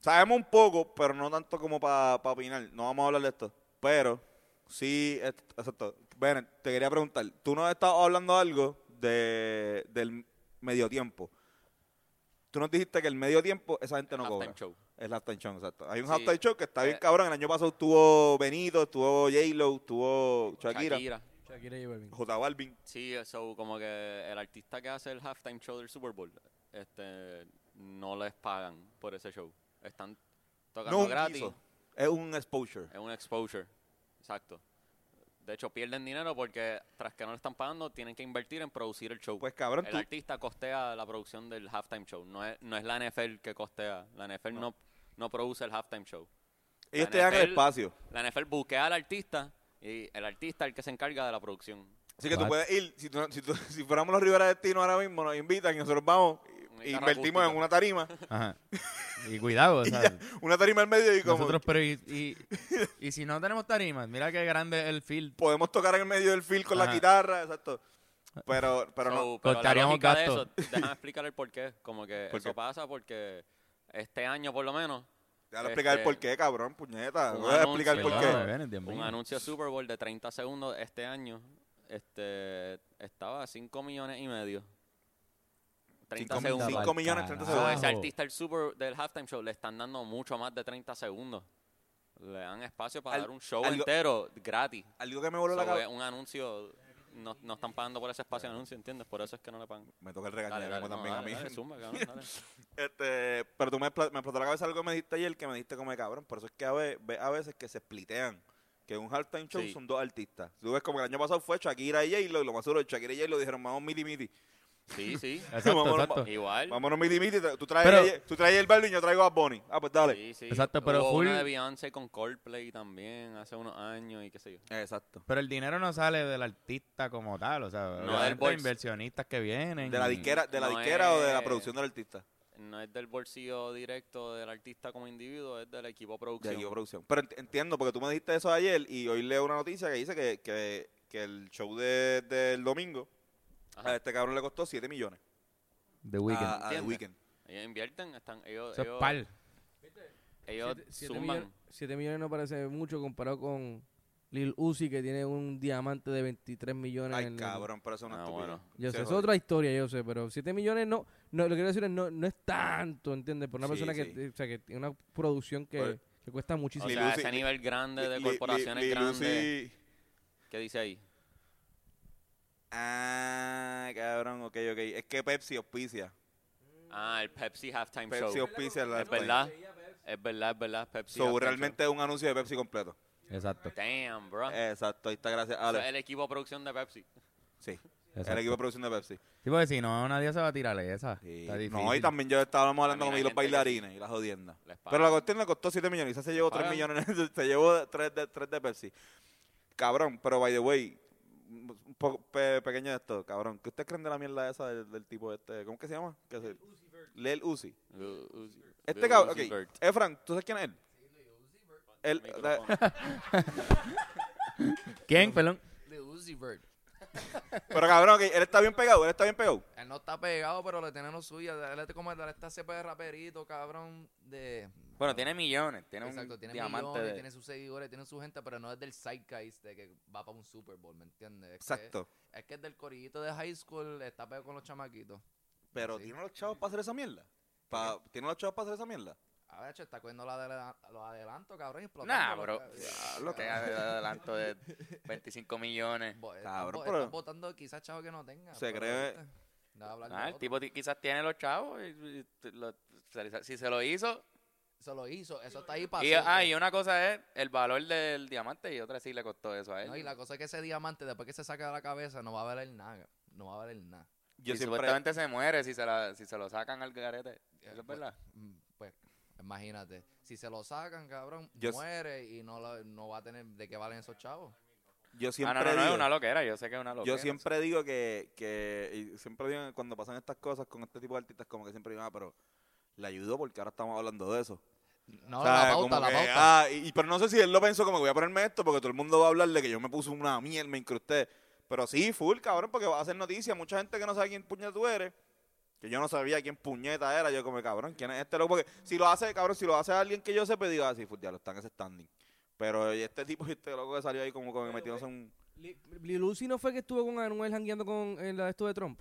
Speaker 1: Sabemos un poco, pero no tanto como para opinar. No vamos a hablar de esto. Pero, sí, es- exacto. Bennett, te quería preguntar. Tú nos estabas hablando algo de, del medio tiempo. Tú nos dijiste que el medio tiempo, esa gente no
Speaker 5: Halftime
Speaker 1: cobra.
Speaker 5: show.
Speaker 1: Es halftime show, exacto. Hay un
Speaker 5: Sí.
Speaker 1: halftime show que está bien
Speaker 5: Eh.
Speaker 1: cabrón. El año pasado estuvo Benito, estuvo J-Lo, estuvo Shakira,
Speaker 5: Shakira.
Speaker 2: Shakira y Balvin.
Speaker 1: J Balvin.
Speaker 5: Sí, eso como que el artista que hace el halftime show del Super Bowl, este, no les pagan por ese show. Están tocando
Speaker 1: No un
Speaker 5: gratis. Eh,
Speaker 1: guiso. Es un exposure.
Speaker 5: Es un exposure. Exacto. De hecho, pierden dinero porque tras que no le están pagando, tienen que invertir en producir el show.
Speaker 1: Pues cabrón,
Speaker 5: el
Speaker 1: tú-
Speaker 5: artista costea la producción del halftime show. No es, no es la NFL que costea. La NFL no, no produce el halftime show.
Speaker 1: Ellos
Speaker 5: la
Speaker 1: te dan el
Speaker 5: NFL
Speaker 1: espacio.
Speaker 5: La NFL buquea al artista y el artista es el que se encarga de la producción.
Speaker 1: Así que tú
Speaker 6: What?
Speaker 1: puedes ir, si, tú- si tú- si fuéramos los Rivera Destino ahora mismo, nos invitan y nosotros vamos,
Speaker 5: Una
Speaker 1: y
Speaker 5: guitarra
Speaker 1: invertimos en
Speaker 5: acústica.
Speaker 1: una tarima,
Speaker 6: Ajá. Y cuidado, ¿sabes?
Speaker 1: una tarima al medio y como
Speaker 6: Nosotros, pero y, y, y si no tenemos tarimas, mira qué grande es el field.
Speaker 1: podemos tocar en el medio del field con la
Speaker 6: Ajá.
Speaker 1: guitarra, exacto. Pero, pero no.
Speaker 5: So, pero la
Speaker 6: Cortaríamos
Speaker 5: lógica de
Speaker 6: gastos.
Speaker 5: eso, déjame explicar el porqué. Como que
Speaker 1: ¿Por
Speaker 5: eso
Speaker 1: qué?
Speaker 5: pasa porque este año por lo menos
Speaker 1: Te voy a explicar el
Speaker 5: este,
Speaker 1: porqué, cabrón, puñeta.
Speaker 5: un
Speaker 1: Voy a explicar el
Speaker 5: anuncio,
Speaker 1: porqué.
Speaker 5: ¿no?
Speaker 6: Perdóname, Bennett, Dios
Speaker 5: un
Speaker 6: mío.
Speaker 5: anuncio Super Bowl de 30 segundos este año este estaba a 5 millones y medio. 30
Speaker 1: Cinco- Ah.
Speaker 5: segundos.
Speaker 1: cinco millones, 30
Speaker 5: So, a
Speaker 1: segundos.
Speaker 5: ese
Speaker 6: Carajo.
Speaker 5: artista el Super del halftime show le están dando mucho más de 30 segundos. Le dan espacio para
Speaker 1: Al-
Speaker 5: dar un show
Speaker 1: algo-
Speaker 5: entero gratis.
Speaker 1: Algo que me voló la
Speaker 5: So,
Speaker 1: cabeza.
Speaker 5: es un anuncio no, no están pagando por ese espacio de anuncio, ¿entiendes? Por eso es que no le pagan.
Speaker 1: Me toca el
Speaker 5: Dale, dale,
Speaker 1: regaño
Speaker 5: no,
Speaker 1: también a
Speaker 5: dale,
Speaker 1: mí.
Speaker 5: dale, zumba, cabrón, dale.
Speaker 1: Este, pero tú me, expla- me explotó la cabeza algo que me dijiste ayer que me dijiste como de cabrón. Por eso es que a ve- ve- a veces que se splitean. Que un halftime show
Speaker 5: Sí.
Speaker 1: son dos artistas. Tú ves como el año pasado fue Shakira y J-Lo. Y lo más seguro, Shakira y J-Lo dijeron, vamos miti miti.
Speaker 5: Sí, sí.
Speaker 6: Exacto,
Speaker 1: Vámonos,
Speaker 6: exacto.
Speaker 5: Igual.
Speaker 1: Vámonos miti miti. Tú traes,
Speaker 6: Pero-
Speaker 1: a J- tú traes el Balvin y yo traigo a Bonnie. Ah, pues dale.
Speaker 5: Sí, sí.
Speaker 6: Exacto, pero
Speaker 5: Hubo
Speaker 6: full-
Speaker 5: una de Beyoncé con Coldplay también hace unos años y qué sé yo.
Speaker 1: Exacto.
Speaker 6: Pero el dinero no sale del artista como tal, o sea,
Speaker 5: No, del
Speaker 6: obviamente hay
Speaker 5: bols-
Speaker 6: inversionistas que vienen.
Speaker 1: De la
Speaker 6: y-
Speaker 1: disquera, de la
Speaker 5: No
Speaker 1: disquera o de la
Speaker 5: es-
Speaker 1: producción del artista.
Speaker 5: No es del bolsillo directo del artista como individuo, es del equipo de
Speaker 1: De
Speaker 5: producción.
Speaker 1: equipo de producción. Pero ent- entiendo, porque tú me dijiste eso ayer y hoy leo una noticia que dice que, que, que el show de- del domingo
Speaker 5: Ajá.
Speaker 1: a este cabrón le costó 7 millones.
Speaker 6: The Weeknd.
Speaker 1: A, a The
Speaker 5: Entiendo.
Speaker 1: Weeknd.
Speaker 5: Ellos invierten, están, ellos,
Speaker 6: Eso es
Speaker 5: ellos,
Speaker 6: par.
Speaker 5: ellos
Speaker 2: Siete- siete
Speaker 5: suman.
Speaker 2: millones- siete millones no parece mucho comparado con Lil Uzi, que tiene un diamante de 23 millones. en
Speaker 1: Ay,
Speaker 2: el-
Speaker 1: cabrón, pero eso no es
Speaker 5: Ah,
Speaker 1: una estupidez.
Speaker 5: bueno.
Speaker 2: Yo
Speaker 1: Se
Speaker 2: sé, es
Speaker 1: jodió.
Speaker 2: otra historia, yo sé, pero 7 millones no, no, lo que quiero decir es no, no es tanto, ¿entiendes? Por una
Speaker 1: Sí,
Speaker 2: persona que, eh,
Speaker 1: sí.
Speaker 2: o sea, que tiene una producción que,
Speaker 1: Oye.
Speaker 2: que cuesta muchísimo.
Speaker 5: O
Speaker 1: Lil
Speaker 5: sea,
Speaker 1: Uzi-
Speaker 5: ese nivel grande de
Speaker 1: Li- li-
Speaker 5: corporaciones
Speaker 1: li- Lil Uzi-
Speaker 5: grandes. ¿Qué dice ahí?
Speaker 1: Ah, cabrón, ok, ok. Es que Pepsi auspicia.
Speaker 5: Ah, el Pepsi Halftime
Speaker 1: Pepsi
Speaker 5: Show.
Speaker 1: auspicia la
Speaker 5: Es verdad, es verdad, es verdad, Pepsi
Speaker 1: So,
Speaker 5: Halftime
Speaker 1: realmente Eh, es un anuncio de Pepsi completo.
Speaker 6: Exacto.
Speaker 5: Show. Damn, bro.
Speaker 1: Exacto, ahí está, gracias,
Speaker 5: Eso es
Speaker 1: Ale.
Speaker 5: el equipo de producción de Pepsi.
Speaker 1: Sí, el
Speaker 6: exacto.
Speaker 1: equipo de producción de Pepsi.
Speaker 6: Sí, porque si no, nadie se va a tirar esa.
Speaker 1: Sí.
Speaker 6: Está difícil.
Speaker 1: Eh, No, y también yo estábamos hablando
Speaker 5: También
Speaker 1: con
Speaker 5: hay gente
Speaker 1: los
Speaker 5: que-
Speaker 1: bailarines y las jodiendas.
Speaker 5: Les pagan.
Speaker 1: Pero la cuestión le costó 7 millones. Quizás se llevó 3
Speaker 5: Pagan.
Speaker 1: millones, se llevó 3 de, tres de Pepsi. Cabrón, pero by the way, un poco pe- pequeño de esto, cabrón. ¿Qué ustedes creen de la mierda esa del, del tipo este? ¿Cómo que se llama? ¿Qué Lel Uzi. Lel Uzi.
Speaker 5: Lil Uzi-
Speaker 1: Este
Speaker 5: Lil
Speaker 1: cabrón,
Speaker 5: Uzi
Speaker 1: ok.
Speaker 5: Vert.
Speaker 1: Efran, ¿tú sabes quién es él? Él, la-
Speaker 5: Micrófono.
Speaker 6: ¿Quién? Perdón.
Speaker 4: Lil Uzi Vert.
Speaker 1: pero cabrón, ok, él está bien pegado, él está bien pegado.
Speaker 4: Él no está pegado, pero le tienen lo suyo. Él es como el de esta cepa de raperito, cabrón. De...
Speaker 3: Bueno, tiene millones, tiene
Speaker 4: Exacto,
Speaker 3: un
Speaker 4: tiene
Speaker 3: diamante
Speaker 4: millones,
Speaker 3: de-
Speaker 4: tiene sus seguidores, tiene su gente, pero no es del zeitgeist de que va para un Super Bowl, ¿me entiendes? Es que-
Speaker 1: Exacto.
Speaker 4: es que es del corillito de high school, está pegado con los chamaquitos.
Speaker 1: Pero
Speaker 4: Sí.
Speaker 1: ¿tiene los chavos para hacer esa mierda? Pa- ¿Tiene los chavos para hacer esa mierda?
Speaker 4: A ver, che, está cogiendo los adela- los adelantos, cabrón, y explotando. eh,
Speaker 3: Nah,
Speaker 4: los
Speaker 3: bro.
Speaker 4: cab-
Speaker 1: Ah,
Speaker 3: Lo que adelanto de 25 millones.
Speaker 4: Bo- están
Speaker 1: Cabrón,
Speaker 4: bo-
Speaker 1: pero-
Speaker 4: están votando quizás chavo que no tenga.
Speaker 1: Se
Speaker 4: pero,
Speaker 1: cree-
Speaker 4: ¿viste? No va a hablar de
Speaker 3: Ah, el
Speaker 4: otro.
Speaker 3: tipo ti- quizás tiene los chavos. y- y te- lo- se le- si se lo hizo,
Speaker 4: se lo hizo. Eso está ahí para
Speaker 3: Y, ah, y una cosa es el valor del diamante y otra sí le costó eso a él.
Speaker 4: y la cosa es que ese diamante, después que se saca de la cabeza, no va a valer nada. No va a valer nada.
Speaker 1: Yo
Speaker 3: y
Speaker 1: siempre.
Speaker 3: supuestamente se muere si se, la, si se lo sacan al garete. ¿Eso
Speaker 4: Eh,
Speaker 3: es verdad?
Speaker 4: Mm, Pues, imagínate. Si se lo sacan, cabrón,
Speaker 1: Yo s-
Speaker 4: muere y no, lo- no va a tener de qué valen esos chavos.
Speaker 1: Yo
Speaker 3: Ah,
Speaker 1: siempre.
Speaker 3: no, no, no,
Speaker 1: digo-
Speaker 3: es una loquera. Yo sé que es una loquera.
Speaker 1: Yo siempre digo que, que y siempre digo que cuando pasan estas cosas con este tipo de artistas, como que siempre digo, ah, pero le ayudó porque ahora estamos hablando de eso.
Speaker 4: No,
Speaker 1: Mm. O sea,
Speaker 4: la
Speaker 1: como
Speaker 4: pauta, la
Speaker 1: que,
Speaker 4: pauta.
Speaker 1: ah, y, y- pero no sé si él lo pensó como que voy a ponerme esto porque todo el mundo va a hablar de que yo me puse una miel, me incrusté. Pero sí, full, cabrón, porque va a hacer noticia. Mucha gente que no sabe quién puñeta tú eres, que yo no sabía quién puñeta era. Yo como, cabrón, ¿quién es este loco? Porque si lo hace, cabrón, si lo hace alguien que yo sepa, digo, ah, sí, full, ya lo están ese standing. Pero y este tipo, este loco que salió ahí como, como metiéndose en un...
Speaker 2: Li- Lil Uzi no fue que estuvo con Anuel jangueando con en la de esto de Trump.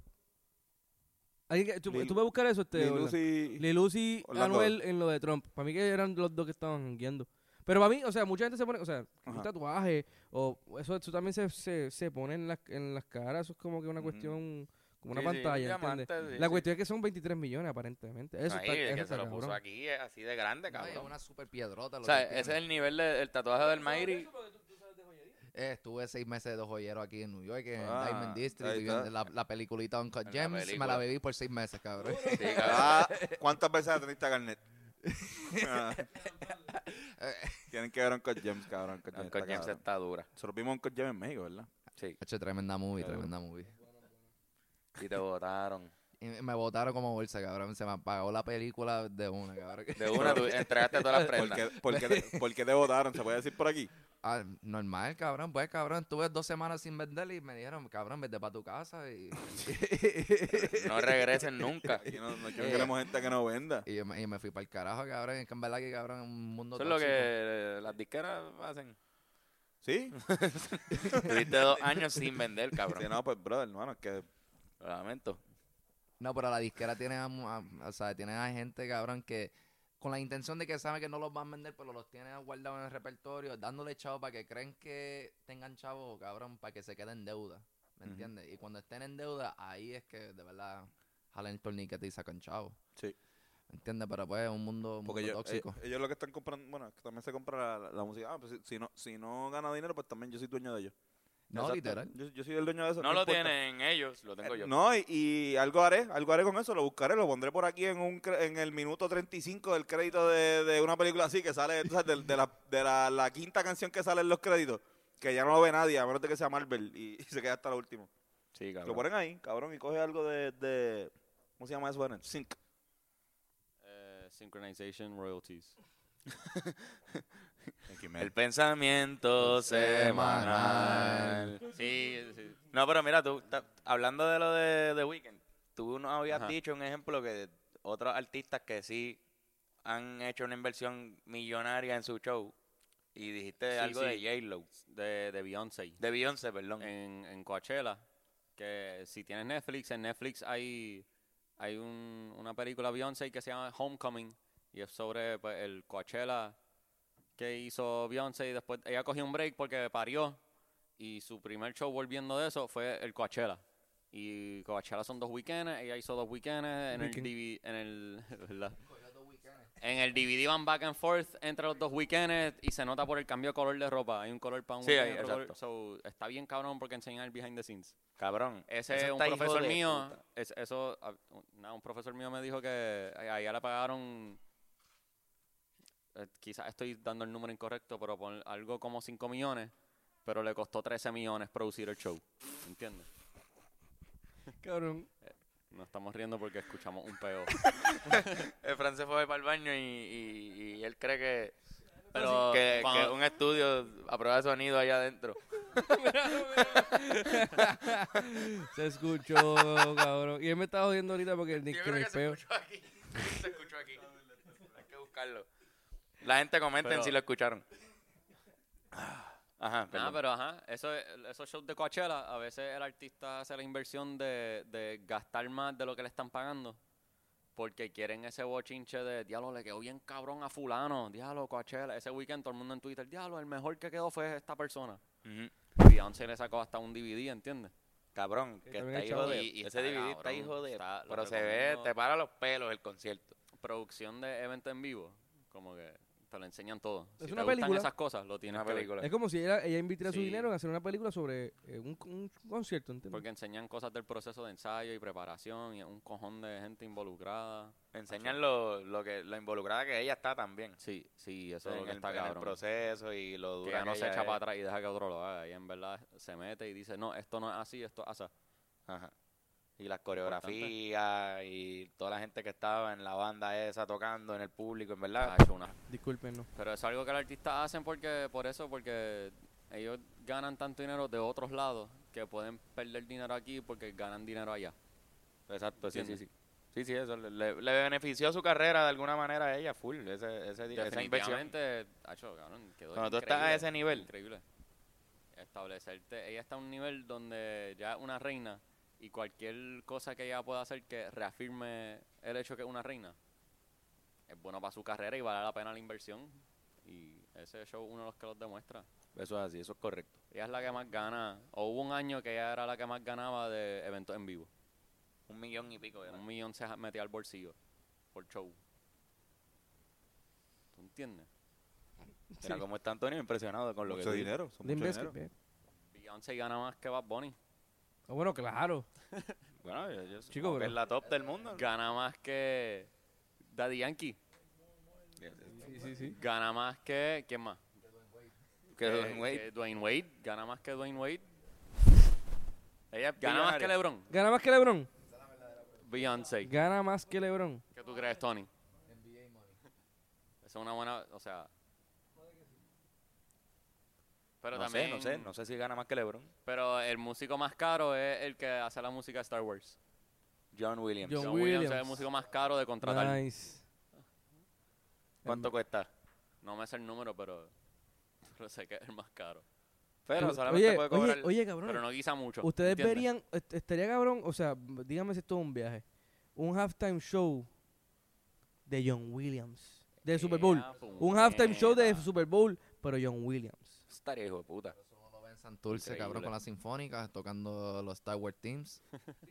Speaker 2: ¿Alguien que- ¿Tú,
Speaker 1: Lil-
Speaker 2: tú puedes buscar eso? Este,
Speaker 1: Lil
Speaker 2: Orlando?
Speaker 1: Uzi-
Speaker 2: Lil Uzi,
Speaker 1: Orlando.
Speaker 2: Anuel en lo de Trump. Para mí que eran los dos que estaban jangueando. Pero para mí, o sea, mucha gente se pone, o sea, un
Speaker 1: Ajá.
Speaker 2: tatuaje, o eso, eso también se, se, se pone en las, en las caras, eso es como que una
Speaker 1: Ujú.
Speaker 2: cuestión, como una
Speaker 3: Sí, sí,
Speaker 2: pantalla,
Speaker 3: diamante,
Speaker 2: ¿entiendes?
Speaker 3: sí,
Speaker 2: la
Speaker 3: sí.
Speaker 2: cuestión es que son 23 millones aparentemente. Eso
Speaker 3: Ahí,
Speaker 2: está,
Speaker 3: que
Speaker 2: eso
Speaker 3: se
Speaker 2: está
Speaker 3: lo puso
Speaker 2: cabrón.
Speaker 3: aquí eh, así de grande,
Speaker 4: No, y es
Speaker 3: cabrón.
Speaker 4: una super piedrota.
Speaker 3: O
Speaker 4: Lo
Speaker 3: sea,
Speaker 4: que él
Speaker 3: ese es
Speaker 4: tiene.
Speaker 3: el nivel de- del tatuaje del Mayri.
Speaker 4: Eh, estuve seis meses de joyero aquí en New York, en
Speaker 1: Ah,
Speaker 4: Diamond District,
Speaker 1: ahí
Speaker 4: viviendo
Speaker 1: está.
Speaker 4: la, la peliculita
Speaker 3: En
Speaker 4: Uncut
Speaker 3: la
Speaker 4: Gems. me
Speaker 3: película.
Speaker 4: la bebí por seis meses, cabrón.
Speaker 3: Sí, cabrón.
Speaker 1: Ah, ¿Cuántas veces atendiste a Garnet? Ah. Tienen que ver a Uncle James, cabrón. Uncle James está
Speaker 3: Uncle James
Speaker 1: cabrón.
Speaker 3: está dura.
Speaker 1: Se lo vimos a Uncle James en México, ¿verdad?
Speaker 3: Sí.
Speaker 4: Hecho, tremenda movie, tremenda movie.
Speaker 3: Y te botaron.
Speaker 4: Y me botaron como bolsa, cabrón. Se me apagó la película de una, cabrón.
Speaker 3: De una, tú entregaste todas las
Speaker 1: ¿Por
Speaker 3: prendas.
Speaker 1: qué, por qué te- por qué te votaron? ¿Se puede decir por aquí?
Speaker 4: Ah, normal, cabrón. Pues, cabrón, estuve dos semanas sin vender y me dijeron, cabrón, vete para tu casa. Y,
Speaker 3: No regresen nunca.
Speaker 1: Aquí no, no- aquí
Speaker 3: Eh.
Speaker 1: no queremos gente que no venda.
Speaker 4: y, yo me, y me fui para el carajo, cabrón. Es que en verdad que, cabrón, es un mundo
Speaker 3: Eso es lo que
Speaker 4: tóxico.
Speaker 3: eh, las disqueras hacen.
Speaker 1: ¿Sí?
Speaker 3: Tuviste dos años sin vender,
Speaker 1: Sí,
Speaker 3: cabrón.
Speaker 1: no, pues, brother, hermano, es que...
Speaker 3: Lo lamento.
Speaker 4: No, pero la disquera tiene a, mu- a- o sea, tiene a gente, cabrón, que con la intención de que saben que no los van a vender, pero los tienen guardados en el repertorio, dándole chavo para que creen que tengan chavo, cabrón, para que se queden en deuda. ¿Me
Speaker 1: Ujú.
Speaker 4: entiendes? Y cuando estén en deuda, ahí es que de verdad jalen el torniquete y sacan chavo.
Speaker 1: Sí.
Speaker 4: ¿Me entiendes? Pero pues es un mundo, un
Speaker 1: Porque
Speaker 4: mundo
Speaker 3: eh,
Speaker 1: ellos,
Speaker 4: tóxico.
Speaker 1: ellos- ellos lo que están comprando... Bueno, es que también se compra la, la música. Ah, pues si, si no, si no gana dinero, pues también yo soy dueño de ellos.
Speaker 4: no,
Speaker 1: Exacto.
Speaker 4: literal.
Speaker 1: Yo, yo soy el dueño de eso.
Speaker 3: No lo
Speaker 1: importa.
Speaker 3: tienen ellos, lo tengo
Speaker 1: Eh,
Speaker 3: yo.
Speaker 1: No, y, y algo haré, algo haré con eso, lo buscaré, lo pondré por aquí en un cre- en el minuto 35 del crédito de, de una película así que sale tú sabes, del- de, la, de la, la quinta canción que sale en los créditos, que ya no lo ve nadie, a menos de que sea Marvel, y, y se queda hasta la última.
Speaker 3: Sí,
Speaker 1: Lo
Speaker 3: cabrón.
Speaker 1: ponen ahí, cabrón, y coge algo de... de- ¿Cómo se llama eso? Bennett? Sync.
Speaker 5: Eh, synchronization royalties.
Speaker 3: El pensamiento semanal.
Speaker 4: Semanal.
Speaker 5: Eh,
Speaker 3: Sí, sí. No, pero mira, tú, ta- hablando de lo de The Weeknd, tú nos habías
Speaker 5: Ajá.
Speaker 3: dicho un ejemplo que otros artistas que sí han hecho una inversión millonaria en su show y dijiste
Speaker 5: Sí,
Speaker 3: algo
Speaker 5: sí.
Speaker 3: de J-Lo,
Speaker 5: De, de Beyoncé.
Speaker 3: de Beyoncé, perdón.
Speaker 5: en, en Coachella, que si tienes Netflix, en Netflix hay, hay un- una película Beyoncé que se llama Homecoming y es sobre pues, el Coachella que hizo Beyoncé y después ella cogió un break porque parió y su primer show volviendo de eso fue el Coachella. Y Coachella son dos weekends, ella hizo dos weekends en
Speaker 2: Weekend.
Speaker 5: el DVD, en el, ¿verdad? En el DVD van back and forth entre los dos weekends y se nota por el cambio de color de ropa. Hay un color para un
Speaker 3: Sí,
Speaker 5: weekend y
Speaker 3: hay-
Speaker 5: otro color-
Speaker 3: exacto.
Speaker 5: so, está bien cabrón porque enseñan el behind the scenes.
Speaker 3: Cabrón.
Speaker 5: Ese
Speaker 3: Eso
Speaker 5: es un
Speaker 3: está hijo
Speaker 5: profesor
Speaker 3: de
Speaker 5: mío.
Speaker 3: puta.
Speaker 5: es- eso, ah, un- nada, un profesor mío me dijo que a- allá le pagaron. eh, quizás estoy dando el número incorrecto, pero pon algo como 5 millones. Pero le costó 13 millones producir el show. ¿Entiendes?
Speaker 2: Cabrón.
Speaker 5: Nos estamos riendo porque escuchamos un peo.
Speaker 3: El francés eh, fue para el baño y, y- y él cree que,
Speaker 5: Pero
Speaker 3: que, que
Speaker 5: cuando-
Speaker 3: un estudio a prueba de sonido allá adentro.
Speaker 2: Se escuchó, cabrón. Y él me está jodiendo ahorita porque el Nick que me peo.
Speaker 3: escuchó aquí. Se escuchó aquí. Hay que buscarlo. La gente comenten
Speaker 5: Pero-
Speaker 3: si lo escucharon. Ajá,
Speaker 5: Nada,
Speaker 3: perdón.
Speaker 5: Ah, pero ajá, eso, es- esos shows de Coachella, a veces el artista hace la inversión de, de gastar más de lo que le están pagando. Porque quieren ese bochinche de, diablo, le quedó bien cabrón a fulano, diablo, Coachella. Ese weekend todo el mundo en Twitter, diablo, el mejor que quedó fue esta persona.
Speaker 3: Ujú.
Speaker 5: Beyoncé le sacó hasta un DVD, ¿entiendes?
Speaker 3: Cabrón, que está
Speaker 2: también hay
Speaker 3: hijo
Speaker 2: chavos.
Speaker 3: de...
Speaker 5: Y- y
Speaker 3: ese
Speaker 5: está
Speaker 3: DVD está
Speaker 5: cabrón,
Speaker 3: hijo de...
Speaker 5: está- lo
Speaker 3: pero se ve,
Speaker 5: recomiendo.
Speaker 3: te para los pelos el concierto.
Speaker 5: Producción de evento en vivo. Como que te lo enseñan todo.
Speaker 2: Es
Speaker 5: si
Speaker 2: una
Speaker 5: te gustan
Speaker 2: película.
Speaker 5: esas cosas, lo tienes
Speaker 3: Una
Speaker 5: que ver.
Speaker 3: película.
Speaker 2: Es como si ella, ella invirtiera su
Speaker 5: Sí.
Speaker 2: dinero en hacer una película sobre eh, un, un concierto, ¿entiendes?
Speaker 5: Porque enseñan cosas del proceso de ensayo y preparación y un cojón de gente involucrada.
Speaker 3: Enseñan lo, lo que lo involucrada que ella está también.
Speaker 5: Sí, sí, eso es lo
Speaker 3: en
Speaker 5: que
Speaker 3: el,
Speaker 5: está
Speaker 3: en el
Speaker 5: cabrón.
Speaker 3: proceso y lo
Speaker 5: que
Speaker 3: dura
Speaker 5: ya no
Speaker 3: que
Speaker 5: se
Speaker 3: ella
Speaker 5: echa
Speaker 3: es.
Speaker 5: para atrás y deja que otro lo haga. Y en verdad se mete y dice, no, esto no es así, esto ah, es así.
Speaker 3: Ajá. Y las coreografías y toda la gente que estaba en la banda esa tocando en el público, en verdad.
Speaker 5: Ha hecho una
Speaker 2: Disculpen, no.
Speaker 5: Pero es algo que los artistas hacen porque, por eso, porque ellos ganan tanto dinero de otros lados que pueden perder dinero aquí porque ganan dinero allá.
Speaker 3: Exacto, sí, sí,
Speaker 5: ¿Entiendes?
Speaker 3: sí. Sí, sí, eso le, le- le benefició su carrera de alguna manera a ella, full, ese, ese, di- esa inversión.
Speaker 5: Definitivamente, hacho, cabrón, quedó
Speaker 3: Cuando tú estás a
Speaker 5: increíble,
Speaker 3: ese nivel,
Speaker 5: Increíble. Establecerte, ella está a un nivel donde ya es una reina y cualquier cosa que ella pueda hacer que reafirme el hecho que es una reina es bueno para su carrera y vale la pena la inversión. Y ese show uno de los que los demuestra.
Speaker 3: eso es así, eso es correcto.
Speaker 5: Ella es la que más gana. O hubo un año que ella era la que más ganaba de eventos en vivo.
Speaker 3: Un millón y pico era.
Speaker 5: Un millón se ja- metía al bolsillo por show. ¿Tú entiendes?
Speaker 3: Mira cómo está Antonio impresionado con lo que
Speaker 1: Mucho
Speaker 3: dice.
Speaker 1: dinero, son
Speaker 2: De
Speaker 1: mucho
Speaker 2: Invesquip,
Speaker 1: dinero.
Speaker 2: eh.
Speaker 5: Beyoncé gana más que Bad Bunny.
Speaker 2: Ah, Bueno, claro.
Speaker 3: Bueno, yo, yo supongo
Speaker 2: Chico,
Speaker 3: que
Speaker 2: pero-
Speaker 3: es la top del mundo.
Speaker 5: Gana más que Daddy Yankee.
Speaker 2: Sí, sí, sí.
Speaker 5: Gana más que... ¿Quién más?
Speaker 3: Que
Speaker 5: Eh,
Speaker 3: Dwayne Wade.
Speaker 5: que Dwayne Wade. Gana más que Dwayne Wade.
Speaker 3: Ella es
Speaker 5: Gana más que
Speaker 3: billonaria.
Speaker 5: LeBron.
Speaker 2: ¿Gana más que LeBron?
Speaker 5: Beyoncé.
Speaker 2: Gana más que LeBron.
Speaker 5: ¿Qué tú crees, Tony? Esa es una buena... O sea... Pero
Speaker 3: no
Speaker 5: también...
Speaker 3: sé, no sé, no sé si gana más que LeBron.
Speaker 5: Pero el músico más caro es el que hace la música de Star Wars.
Speaker 3: John Williams.
Speaker 2: John
Speaker 5: John, Williams. es el
Speaker 2: Williams.
Speaker 5: músico más caro de contratar.
Speaker 2: Nice. eh,
Speaker 3: ¿Cuánto cuesta?
Speaker 5: No me sé el número, pero, pero sé que es el más caro.
Speaker 3: Pero
Speaker 2: Tú-
Speaker 3: solamente
Speaker 2: oye,
Speaker 3: puede cobrar.
Speaker 2: oye, oye, cabrón.
Speaker 5: Pero no guisa mucho.
Speaker 2: Ustedes
Speaker 5: ¿entiendes?
Speaker 2: verían, est- estaría cabrón, o sea, m- dígame si esto es un viaje. Un halftime show de John Williams. De Super Bowl.
Speaker 5: Ea,
Speaker 2: Un halftime show de
Speaker 5: puñeta.
Speaker 2: Super Bowl, pero John Williams.
Speaker 3: Estaría hijo de puta.
Speaker 4: Uno lo ve en Santurce, cabrón,
Speaker 5: Increíble.
Speaker 4: con las sinfónicas, tocando los Tower Teams.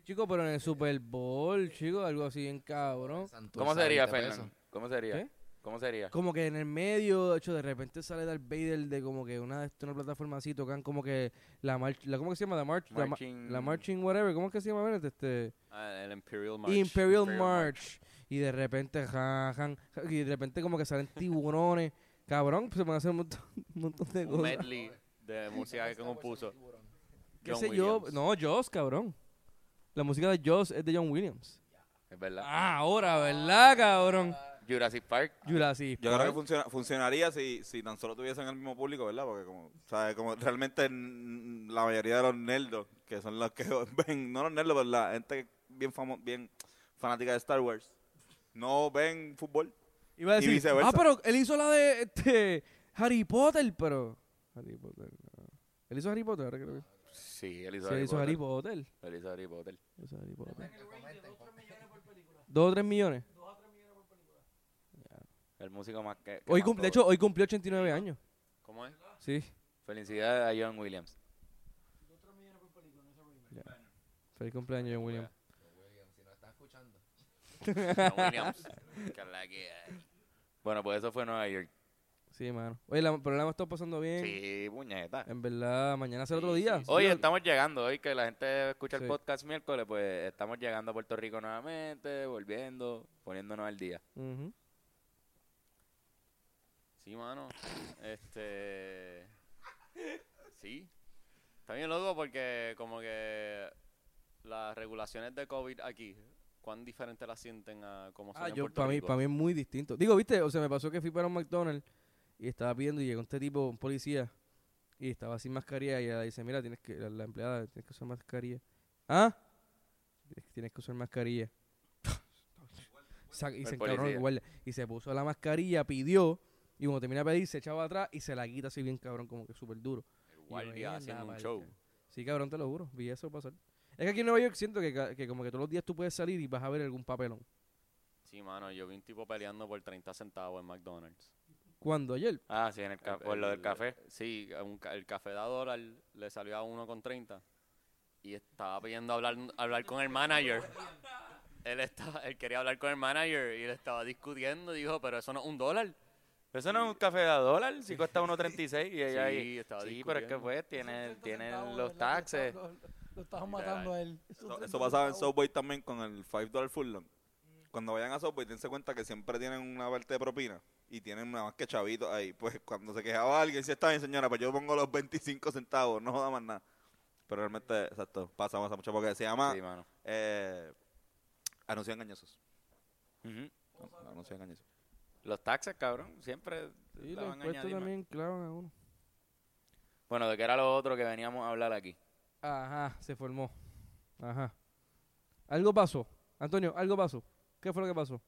Speaker 2: Chico, pero en el Super Bowl, chico, algo así bien cabrón.
Speaker 4: Santurce
Speaker 3: ¿Cómo
Speaker 4: a
Speaker 3: sería,
Speaker 4: 20
Speaker 3: Fernando?
Speaker 4: pesos.
Speaker 3: ¿Cómo sería?
Speaker 2: Ah. ¿Qué?
Speaker 3: ¿Cómo sería?
Speaker 2: Como que en el medio, de hecho, de repente sale Darth Vader de como que una, una plataforma así, tocan como que la march, la, ¿cómo que se llama? La march, la ma-
Speaker 3: Marching-
Speaker 2: la, marching whatever, ¿cómo es que se llama? Espérate, Este,
Speaker 5: Ah, el Imperial March.
Speaker 2: Imperial, March. Y de repente, ja, ja, ja, y de repente como que salen tiburones. Cabrón, pues se van a hacer un montón, un montón de
Speaker 5: Un
Speaker 2: cosas.
Speaker 5: medley de música que
Speaker 2: pues,
Speaker 5: compuso.
Speaker 2: ¿Qué
Speaker 5: John
Speaker 2: sé yo?
Speaker 5: Williams.
Speaker 2: No, Joss, cabrón. La música de Joss es de John Williams.
Speaker 3: Es verdad.
Speaker 2: Ah, ahora, ¿verdad, cabrón?
Speaker 3: Jurassic Park.
Speaker 2: Jurassic
Speaker 1: Yo creo que
Speaker 2: Park.
Speaker 1: funciona- funcionaría si, si tan solo tuviesen el mismo público, ¿verdad? Porque como, ¿sabes? como realmente mm, la mayoría de los nerdos, que son los que ven, no los nerdos, pero la gente bien famo- bien fanática de Star Wars, no ven fútbol.
Speaker 2: Iba a
Speaker 1: y
Speaker 2: decir,
Speaker 1: viceversa.
Speaker 2: ah, pero él hizo la de este, Harry Potter, pero... Harry Potter, no. Él hizo Harry Potter, ahora creo que...
Speaker 3: Sí, él
Speaker 2: Sí,
Speaker 3: hizo
Speaker 2: él
Speaker 3: Harry
Speaker 2: hizo Harry
Speaker 3: Potter.
Speaker 2: Potter.
Speaker 3: Él hizo Harry Potter.
Speaker 2: Él hizo Harry Potter. ¿Dos o tres millones?
Speaker 3: El músico más que. que
Speaker 2: Hoy
Speaker 3: más
Speaker 2: cum- de
Speaker 3: cobró.
Speaker 2: hecho, hoy cumplió 89 años.
Speaker 5: ¿Cómo es?
Speaker 2: Sí.
Speaker 3: Felicidades a John Williams.
Speaker 2: Feliz cumpleaños, John Williams.
Speaker 4: Si no están escuchando.
Speaker 5: John Williams. que es la que hay.
Speaker 3: Bueno, pues eso fue Nueva York.
Speaker 2: Sí, mano. Oye, la, pero la hemos estado pasando bien.
Speaker 3: Sí, puñeta.
Speaker 2: En verdad, mañana será
Speaker 5: Sí,
Speaker 2: otro día.
Speaker 5: sí, sí.
Speaker 3: Hoy estamos llegando, hoy que la gente escucha
Speaker 2: Sí.
Speaker 3: el podcast miércoles, pues estamos llegando a Puerto Rico nuevamente, volviendo, poniéndonos al día.
Speaker 2: Ujú.
Speaker 5: Sí, mano. Este. Sí. Está bien loco porque, como que. Las regulaciones de COVID aquí, ¿cuán diferente las sienten a cómo son
Speaker 2: Ah,
Speaker 5: en
Speaker 2: yo,
Speaker 5: Puerto
Speaker 2: para mí,
Speaker 5: Rico?
Speaker 2: para mí es muy distinto. Digo, viste, o sea, me pasó que fui para un McDonald's y estaba pidiendo y llegó este tipo, un policía, y estaba sin mascarilla y ella dice, mira, tienes que, la, la empleada, tienes que usar mascarilla. ¿Ah? Tienes- Tienes que usar mascarilla. Sa- y
Speaker 3: El
Speaker 2: se encabró el
Speaker 3: policía.
Speaker 2: guardia. Y se puso la mascarilla, pidió, y cuando termina de pedir, se echaba atrás y se la quita así bien cabrón, como que súper duro.
Speaker 5: El
Speaker 2: Yo no veía
Speaker 5: guardia haciendo
Speaker 2: nada,
Speaker 5: un show.
Speaker 2: marica. Sí, cabrón, te lo juro. Vi eso pasar. Es que aquí en Nueva York siento que, ca- que como que todos los días tú puedes salir y vas a ver algún papelón.
Speaker 5: Sí, mano, yo vi un tipo peleando por 30 centavos en McDonald's.
Speaker 2: Cuando ayer,
Speaker 3: Ah, sí, en el ca- por lo del
Speaker 5: El-
Speaker 3: café.
Speaker 5: Sí, un ca- el café de a dólar le salió a 1,30 y estaba pidiendo hablar, hablar con el manager. Él, estaba, él quería hablar con el manager y le estaba discutiendo. Dijo, pero eso no es un dólar.
Speaker 3: Pero eso no es un café de a dólar, si cuesta 1.36 y ella ahí.
Speaker 5: estaba
Speaker 3: Sí, pero es que
Speaker 5: discutiendo.
Speaker 3: pues tiene, tiene los taxes.
Speaker 7: Lo, lo estaban matando a él.
Speaker 1: Eso, eso pasaba en Subway también con el 5 dollar full long. Cuando vayan a Subway, dense cuenta que siempre tienen una parte de propina y tienen nada más que chavitos ahí. Pues cuando se quejaba alguien, si está bien, señora, pues yo pongo los 25 centavos, no da más nada. Pero realmente, exacto, pasa, pasa mucho porque se llama
Speaker 3: Sí, mano.
Speaker 1: eh, anuncios engañosos.
Speaker 3: Ujú.
Speaker 1: Anuncios engañosos.
Speaker 3: Los taxes, cabrón, siempre
Speaker 2: Sí,
Speaker 3: la
Speaker 2: los
Speaker 3: van a
Speaker 2: impuestos
Speaker 3: añadir más.
Speaker 2: también clavan a uno.
Speaker 3: Bueno, ¿de qué era lo otro que veníamos a hablar aquí?
Speaker 2: Ajá, se formó. Ajá. Algo pasó. Antonio, algo pasó. ¿Qué fue lo que pasó?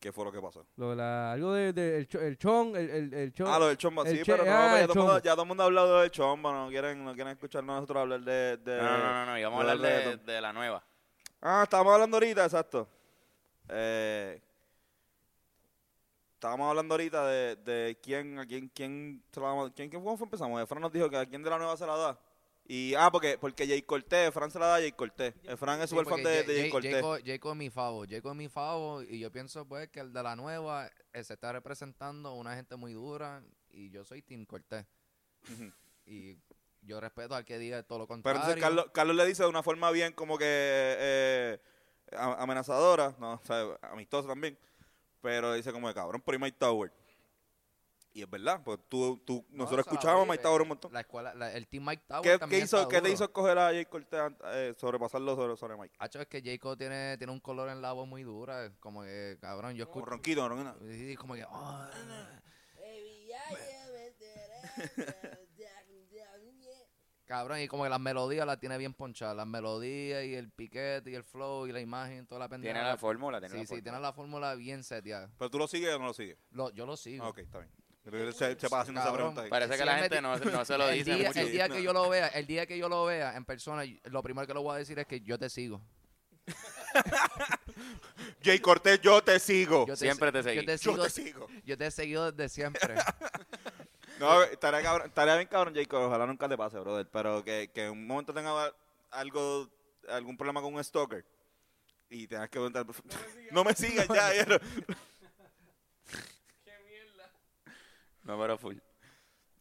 Speaker 1: ¿Qué fue lo que pasó?
Speaker 2: Lo de la, algo de, de- el, cho- el chon, el, el, el chon.
Speaker 1: Ah, lo del chomba,
Speaker 2: el
Speaker 1: sí,
Speaker 2: che-
Speaker 1: pero no,
Speaker 2: ah,
Speaker 1: pues ya,
Speaker 2: el
Speaker 1: todo el mundo,
Speaker 2: chombo.
Speaker 1: ya todo el mundo ha hablado del chomba, no quieren, no quieren escucharnos nosotros hablar de... de-
Speaker 3: No, no, no, no, íbamos a
Speaker 1: lo
Speaker 3: hablar Eh, de,
Speaker 1: reggaetón.
Speaker 3: de la nueva.
Speaker 1: Ah, estábamos hablando ahorita, exacto. Eh, estábamos hablando ahorita de, de quién, a quién, quién, se la vamos- quién, quién- cómo fue empezamos. Efran nos dijo que a quién de la nueva se la da. Y, ah, porque, porque Jay Cortés, Efran se la da a Jay Cortés. Efran es
Speaker 4: Sí,
Speaker 1: súper fan
Speaker 4: porque
Speaker 1: de,
Speaker 4: J-
Speaker 1: de Jay
Speaker 4: J-
Speaker 1: Cortés.
Speaker 4: Jacob- Jacob es mi favo. Jacob es mi favo y yo pienso pues que el de la nueva eh, se está representando una gente muy dura y yo soy Team Cortés.
Speaker 1: Ujú.
Speaker 4: Y yo respeto al que diga todo lo
Speaker 1: Pero
Speaker 4: contrario.
Speaker 1: entonces Carlos, Carlos le dice de una forma bien como que eh, a- amenazadora, no, o sea, amistosa también. Pero dice como de cabrón, pero y Mike Tower. Y es verdad, pues tú, tú,
Speaker 4: No,
Speaker 1: nosotros
Speaker 4: se la
Speaker 1: escuchábamos a
Speaker 4: vive.
Speaker 1: Mike Tower un montón.
Speaker 4: La escuela, la- el Team Mike Tower
Speaker 1: ¿Qué,
Speaker 4: también
Speaker 1: qué hizo,
Speaker 4: está
Speaker 1: ¿Qué te
Speaker 4: duro.
Speaker 1: hizo escoger a Jay Cortés an- eh, sobrepasarlo sobre, sobre Mike?
Speaker 4: Hacho, es que Jacob tiene, tiene un color en la voz muy dura. Como que, cabrón, yo
Speaker 1: Como
Speaker 4: escucho...
Speaker 1: ronquito, ronquina.
Speaker 4: y como que... "Ah". Cabrón, y como que las melodías las tiene bien ponchadas. Las melodías y el piquete y el flow y la imagen, toda la pendeja.
Speaker 3: Tiene la fórmula, tiene
Speaker 4: Sí,
Speaker 3: la
Speaker 4: sí,
Speaker 3: fórmula.
Speaker 4: tiene la fórmula bien seteada.
Speaker 1: ¿Pero tú lo sigues o no lo sigues?
Speaker 4: Lo- yo lo sigo.
Speaker 1: Ah, ok, está bien. Pero Se, se pasa haciendo esa
Speaker 4: Cabrón.
Speaker 1: pregunta ahí.
Speaker 3: Parece
Speaker 4: Sí,
Speaker 3: que la
Speaker 4: él
Speaker 3: gente no,
Speaker 4: meti-
Speaker 3: no se lo
Speaker 4: El
Speaker 3: dice
Speaker 4: día,
Speaker 3: mucho.
Speaker 4: el día
Speaker 1: No.
Speaker 4: que yo lo vea, el día que yo lo vea en persona, lo primero que le voy a decir es que yo te sigo.
Speaker 1: Jay Cortés, yo te sigo.
Speaker 4: Yo
Speaker 3: Siempre te seguí.
Speaker 4: Yo te
Speaker 1: Yo
Speaker 4: sigo,
Speaker 1: te sigo.
Speaker 4: yo te he seguido desde siempre.
Speaker 1: No, estaría, cabrón, estaría bien cabrón, Jacob. Ojalá nunca te pase, brother. Pero que, que en un momento tenga algo, algún problema con un stalker y tengas que preguntar, no me sigas ya. hierro".
Speaker 3: No, pero full.
Speaker 4: No,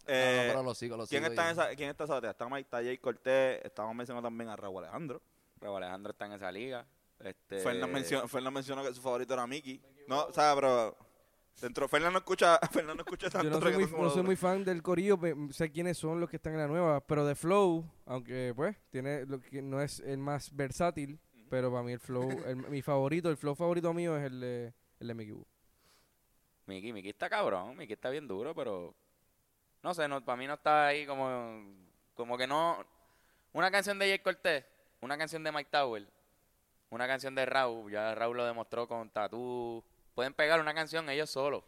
Speaker 1: Eh,
Speaker 4: no, pero lo sigo, lo
Speaker 1: ¿Quién
Speaker 4: sigo.
Speaker 1: está en
Speaker 4: y-
Speaker 1: esa, quién está esa batea? Está Mike, está Jay Cortés, estamos mencionando también a Raúl Alejandro.
Speaker 3: Raúl Alejandro está en esa liga. Este,
Speaker 1: Fernan mencionó, Fernan mencionó que su favorito era Mickey. No, o sea, pero dentro Fernan no escucha, Fernan no escucha tanto
Speaker 2: Yo no soy, muy,
Speaker 1: reggaetón como
Speaker 2: no soy
Speaker 1: nosotros.
Speaker 2: muy fan del corillo, pe- sé quiénes son los que están en la nueva, pero de Flow, aunque pues tiene lo que no es el más versátil, pero para mí el Flow, el- mi favorito, el Flow favorito mío es el de, el de Mickey Boo.
Speaker 3: Miki, Miki está cabrón, Miki está bien duro, pero no sé, no, para mí no está ahí como, como que no. Una canción de Jay Cortés, una canción de Mike Tower, una canción de Raúl, ya Raúl lo demostró con Tatú. Pueden pegar una canción ellos solos.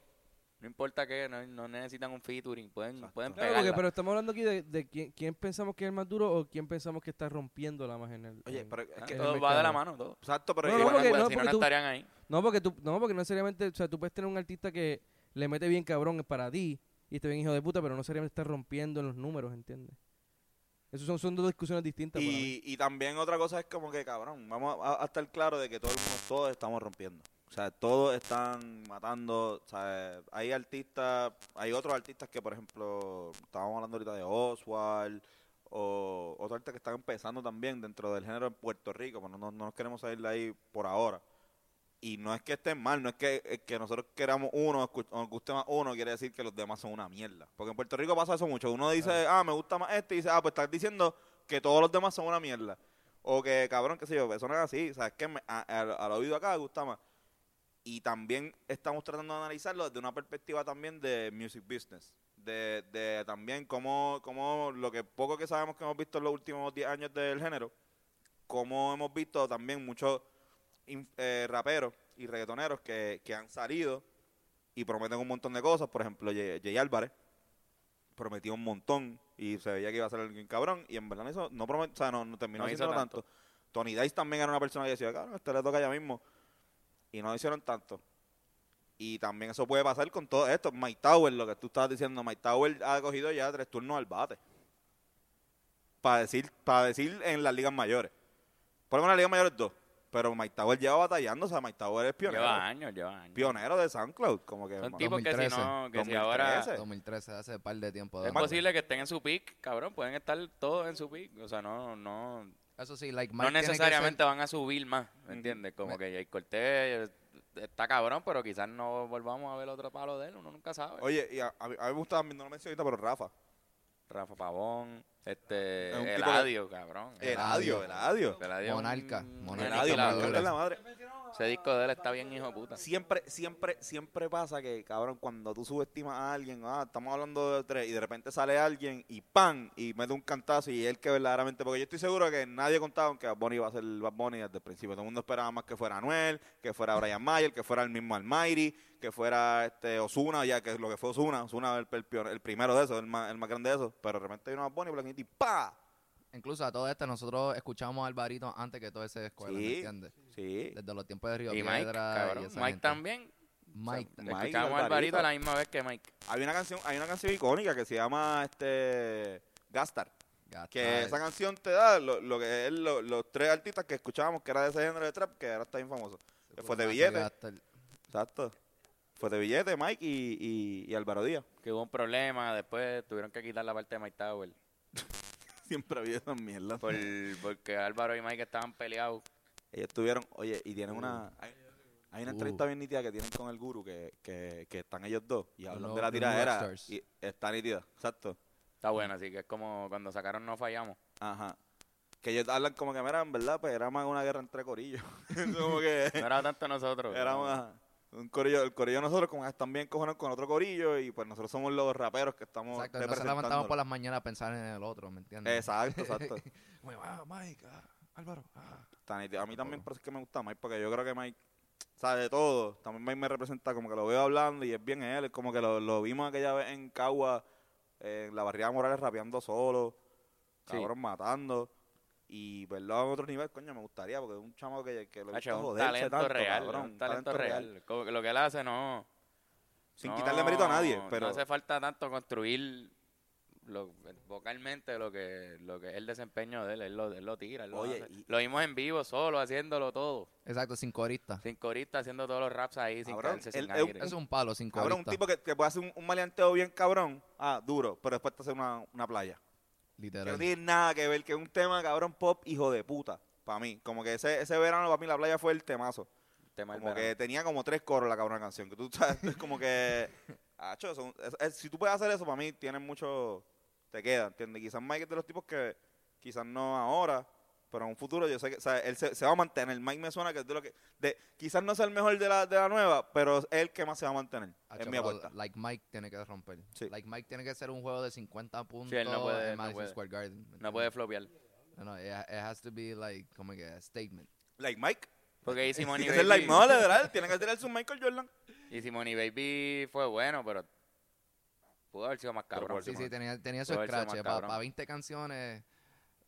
Speaker 3: No importa que, no, no necesitan un featuring, pueden,
Speaker 1: Exacto.
Speaker 3: pueden
Speaker 2: Claro, porque,
Speaker 3: pegarla.
Speaker 2: pero estamos hablando aquí de, de quién, quién pensamos que es el más duro o quién pensamos que está rompiéndola más en el.
Speaker 1: Oye,
Speaker 2: en-
Speaker 1: pero es
Speaker 3: Ah,
Speaker 1: que
Speaker 2: el
Speaker 3: todo va
Speaker 2: mercado.
Speaker 3: de la mano, todo.
Speaker 1: Exacto, pero
Speaker 2: No,
Speaker 1: igual-
Speaker 3: Bueno,
Speaker 2: porque-
Speaker 3: pues,
Speaker 2: no,
Speaker 3: si no,
Speaker 2: porque
Speaker 3: no
Speaker 2: tú-
Speaker 3: estarían ahí.
Speaker 2: No, porque tú, no, porque no necesariamente, o sea, tú puedes tener un artista que le mete bien cabrón para ti y esté bien hijo de puta, pero no necesariamente está rompiendo en los números, ¿entiendes? Esos son, son dos discusiones distintas para mí.
Speaker 1: Y, y también otra cosa es como que, cabrón, vamos a, a estar claro de que todo el mundo- todos estamos rompiendo. O sea, todos están matando. O sea, hay artistas, hay otros artistas que, por ejemplo, estábamos hablando ahorita de Oswald, o otros artistas que están empezando también dentro del género en Puerto Rico, pero no, no nos queremos salir de ahí por ahora. Y no es que estén mal, no es que, es que nosotros queramos uno, escu- o nos guste más uno, quiere decir que los demás son una mierda. Porque en Puerto Rico pasa eso mucho. Uno dice, ah, me gusta más este, y dice, ah, pues estás diciendo que todos los demás son una mierda. O que, cabrón, qué sé yo, personas así, o sea, es que me- a- a- al oído acá gusta más. Y también estamos tratando de analizarlo desde una perspectiva también de music business. De, de también cómo, cómo lo que poco que sabemos que hemos visto en los últimos 10 años del género, cómo hemos visto también muchos in- eh, raperos y reggaetoneros que, que han salido y prometen un montón de cosas. Por ejemplo, Jay, Jay Álvarez prometió un montón y se veía que iba a ser alguien cabrón y en verdad no hizo- no, promet- o sea, no, no terminó
Speaker 3: No hizo
Speaker 1: haciendo tanto. Tony Dice también era una persona que decía, claro, este le toca ya mismo. Y no hicieron tanto. Y también eso puede pasar con todo esto. Mike Tower, lo que tú estabas diciendo, Mike Tower ha cogido ya tres turnos al bate. Para decir, para decir en las ligas mayores. Por lo menos en las ligas mayores dos. Pero Mike Tower lleva batallando, o sea, Mike Tower es pionero.
Speaker 3: Lleva años, lleva años.
Speaker 1: Pionero de SoundCloud, como que.
Speaker 3: Son
Speaker 1: mano.
Speaker 3: tipos que si
Speaker 4: 2013,
Speaker 3: no, que si ahora...
Speaker 1: 2013.
Speaker 4: 2013, hace par de tiempo.
Speaker 3: Es
Speaker 4: ¿no?
Speaker 3: posible que estén en su pick, cabrón. Pueden estar todos en su pick. O sea, no, no,
Speaker 4: Eso sí, like
Speaker 3: no
Speaker 4: Mike tiene que ser-
Speaker 3: necesariamente van a subir más. ¿Me entiendes? Como
Speaker 4: Me-
Speaker 3: que Jay Cortés está cabrón, pero quizás no volvamos a ver otro palo de él. Uno nunca sabe.
Speaker 1: Oye, y a, a mí a mí me gusta, no lo mencioné ahorita, pero Rafa.
Speaker 3: Rafa Pavón, este,
Speaker 1: Es un tipo que-
Speaker 3: Eladio, cabrón.
Speaker 1: Eladio, Eladio.
Speaker 3: Eladio.
Speaker 4: Monarca,
Speaker 3: Mm,
Speaker 4: Monarca,
Speaker 1: Eladio,
Speaker 4: la
Speaker 1: me
Speaker 4: dura.
Speaker 1: encanta la madre.
Speaker 3: Ese disco de él está bien hijo de puta.
Speaker 1: Siempre, siempre, siempre pasa que, cabrón, cuando tú subestimas a alguien, ah, estamos hablando de tres, y de repente sale alguien y ¡pam! y mete un cantazo y él que verdaderamente, porque yo estoy seguro que nadie contaba que Bad Bunny iba a ser Bad Bunny desde el principio. Todo el mundo esperaba más que fuera Anuel, que fuera Brian Mayer, que fuera el mismo Almighty, que fuera este Osuna, ya que lo que fue Osuna, Osuna el, el, peor- el primero de esos, el más, el más grande de esos, pero de repente vino Bad Bunny, Black Eyed y ¡pa!
Speaker 4: Incluso a todo esto, nosotros escuchamos a Alvarito antes que todo ese escuela,
Speaker 1: Sí.
Speaker 4: ¿me entiendes?
Speaker 1: Sí.
Speaker 4: Desde los tiempos de Río
Speaker 3: Y Mike,
Speaker 4: Piedra.
Speaker 3: cabrón.
Speaker 4: y esa
Speaker 3: Mike
Speaker 4: gente.
Speaker 3: también.
Speaker 4: Mike.
Speaker 1: Mike,
Speaker 3: Escuchábamos a Alvarito
Speaker 1: Alvarito.
Speaker 3: la misma vez que Mike.
Speaker 1: Hay una canción, hay una canción icónica que se llama este Gastar.
Speaker 4: Gastar.
Speaker 1: Que esa canción te da lo, lo que es lo- los tres artistas que escuchábamos que era de ese género de trap, que ahora está bien famoso. que fue de billete.
Speaker 4: Gastar.
Speaker 1: Exacto. Fue de billete, Mike y, y, y Álvaro Díaz.
Speaker 3: Que hubo un problema. Después tuvieron que quitar la parte de Mike Tower.
Speaker 1: Siempre había esas mierdas.
Speaker 3: por- porque Álvaro y Mike estaban peleados.
Speaker 1: Ellos tuvieron, oye, y tienen una. Hay, hay una entrevista bien nítida que tienen con el guru que, que, que están ellos dos y hablan
Speaker 4: nuevo-
Speaker 1: de la
Speaker 4: los nuevos
Speaker 1: tiradera.
Speaker 4: Rockstars.
Speaker 1: Y está nítida, exacto.
Speaker 3: Está bueno, así que es como cuando sacaron No Fallamos.
Speaker 1: Ajá. Que ellos hablan como que, mira, en verdad, pues era más una guerra entre corillos. como que.
Speaker 3: No era tanto nosotros.
Speaker 1: Era más- un corillo, el corillo de nosotros como también cojones con otro corillo y pues nosotros somos los raperos que estamos
Speaker 4: Exacto, no se levantamos
Speaker 1: representándolo.
Speaker 4: por las mañanas a pensar en el otro, ¿me entiendes?
Speaker 1: Exacto, exacto.
Speaker 4: Como, ah, Mike, ah, Álvaro. ah.
Speaker 1: Está nítido. a mí también por eso es que me gusta Mike porque yo creo que Mike sabe de todo. También Mike me representa como que lo veo hablando y es bien él. Es como que lo, lo vimos aquella vez en Cagua, eh, en la barriada Morales rapeando solo,
Speaker 3: Sí.
Speaker 1: cabrón matando. Y pues, verlo a otro nivel, coño, me gustaría porque es un chamo que, que lo he visto
Speaker 3: Hacho, es un
Speaker 1: joderse
Speaker 3: talento
Speaker 1: tanto,
Speaker 3: real,
Speaker 1: cabrón,
Speaker 3: un talento real. Como que lo que él hace no...
Speaker 1: Sin
Speaker 3: no-
Speaker 1: quitarle mérito a nadie, pero...
Speaker 3: No hace falta tanto construir lo- vocalmente lo que, lo que es el desempeño de él. Él lo, él lo tira, él lo
Speaker 1: Oye,
Speaker 3: hace.
Speaker 1: y-
Speaker 3: Lo vimos en vivo solo, haciéndolo todo.
Speaker 4: Exacto, sin corista.
Speaker 3: Sin corista, haciendo todos los raps ahí, sin
Speaker 1: Cabrón,
Speaker 3: caerse, sin
Speaker 1: él- él-
Speaker 3: aire.
Speaker 4: Eso es un palo, sin corista.
Speaker 1: Cabrón, un tipo que, que puede hacer un, un maleanteo bien cabrón, ah, duro, pero después te hace una, una playa. Que no
Speaker 4: Literal.
Speaker 1: tiene nada que ver, que es un tema cabrón pop hijo de puta, para mí. Como que ese, ese verano para mí la playa fue el temazo.
Speaker 3: Tema del
Speaker 1: Como
Speaker 3: verano.
Speaker 1: que tenía como tres coros la cabrona canción, que tú sabes, es como que... Acho, son- es- es- si tú puedes hacer eso, para mí tienes mucho... Te queda, ¿entiendes? Quizás Mike es de los tipos que quizás no ahora, pero en un futuro yo sé que o sea, él se, se va a mantener. Mike me suena que es de lo que... De, quizás no sea el mejor de la, de la nueva, pero es el que más se va a mantener.
Speaker 4: Hacho,
Speaker 1: es mi
Speaker 4: pero
Speaker 1: apuesta.
Speaker 4: Like Mike tiene que romper.
Speaker 1: Sí.
Speaker 4: Like Mike tiene que ser un juego de 50 puntos
Speaker 3: él no puede,
Speaker 4: en
Speaker 3: no
Speaker 4: Madison
Speaker 3: puede.
Speaker 4: Square Garden. ¿me
Speaker 3: No puede
Speaker 4: entiendes?
Speaker 3: flopear.
Speaker 4: No, no, it, it has to be like, como que a statement.
Speaker 1: Like Mike.
Speaker 3: Porque ahí Simone y
Speaker 1: Ese es la
Speaker 3: Baby-
Speaker 1: inmoda, ¿verdad? Tiene que tirar su Michael Jordan.
Speaker 3: Y Simone y Baby fue bueno, pero pudo haber sido más cabrón.
Speaker 1: por
Speaker 4: Sí,
Speaker 1: Simone.
Speaker 4: sí, tenía, tenía su
Speaker 3: Puede haber sido
Speaker 4: scratch. eh,
Speaker 3: más
Speaker 4: Para
Speaker 3: cabrón.
Speaker 4: 20 canciones,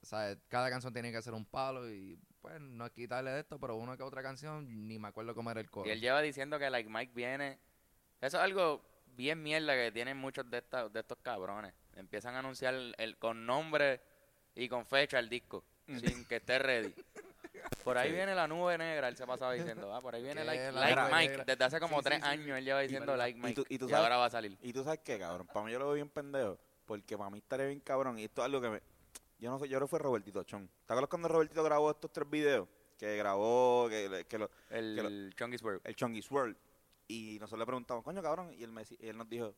Speaker 4: o sea, cada canción tenía que ser un palo y, pues, no es quitarle de esto, pero una que otra canción, ni me acuerdo cómo era el coro.
Speaker 3: Y él lleva diciendo que Like Mike viene. Eso es algo bien mierda que tienen muchos de, esta- de estos cabrones. Empiezan a anunciar el, el- con nombre y con fecha el disco,
Speaker 1: Mm.
Speaker 3: sin que esté ready. Por ahí viene la nube negra, él se pasaba diciendo. Ah, por ahí viene
Speaker 4: Que
Speaker 3: Like,
Speaker 4: la
Speaker 3: Like
Speaker 4: nube
Speaker 3: Mike.
Speaker 4: negra.
Speaker 3: Desde hace como
Speaker 4: Sí, sí,
Speaker 3: tres
Speaker 4: sí.
Speaker 3: años él lleva diciendo Like
Speaker 1: y
Speaker 3: Mike. Y,
Speaker 1: tú- y tú sabes-
Speaker 3: ahora va a salir.
Speaker 1: Y tú sabes qué, cabrón. Para mí yo lo veo bien pendejo. Porque para mí estaría bien cabrón. Y esto es algo que me. Yo no sé, yo creo que fue Robertito Chon. ¿Te acuerdas cuando Robertito grabó estos tres videos? Que grabó, que, le- que lo- que lo-
Speaker 3: El Chungisburg.
Speaker 1: el Chongy's World. Y nosotros le preguntamos, coño, cabrón. Y él, me, si- y él nos dijo,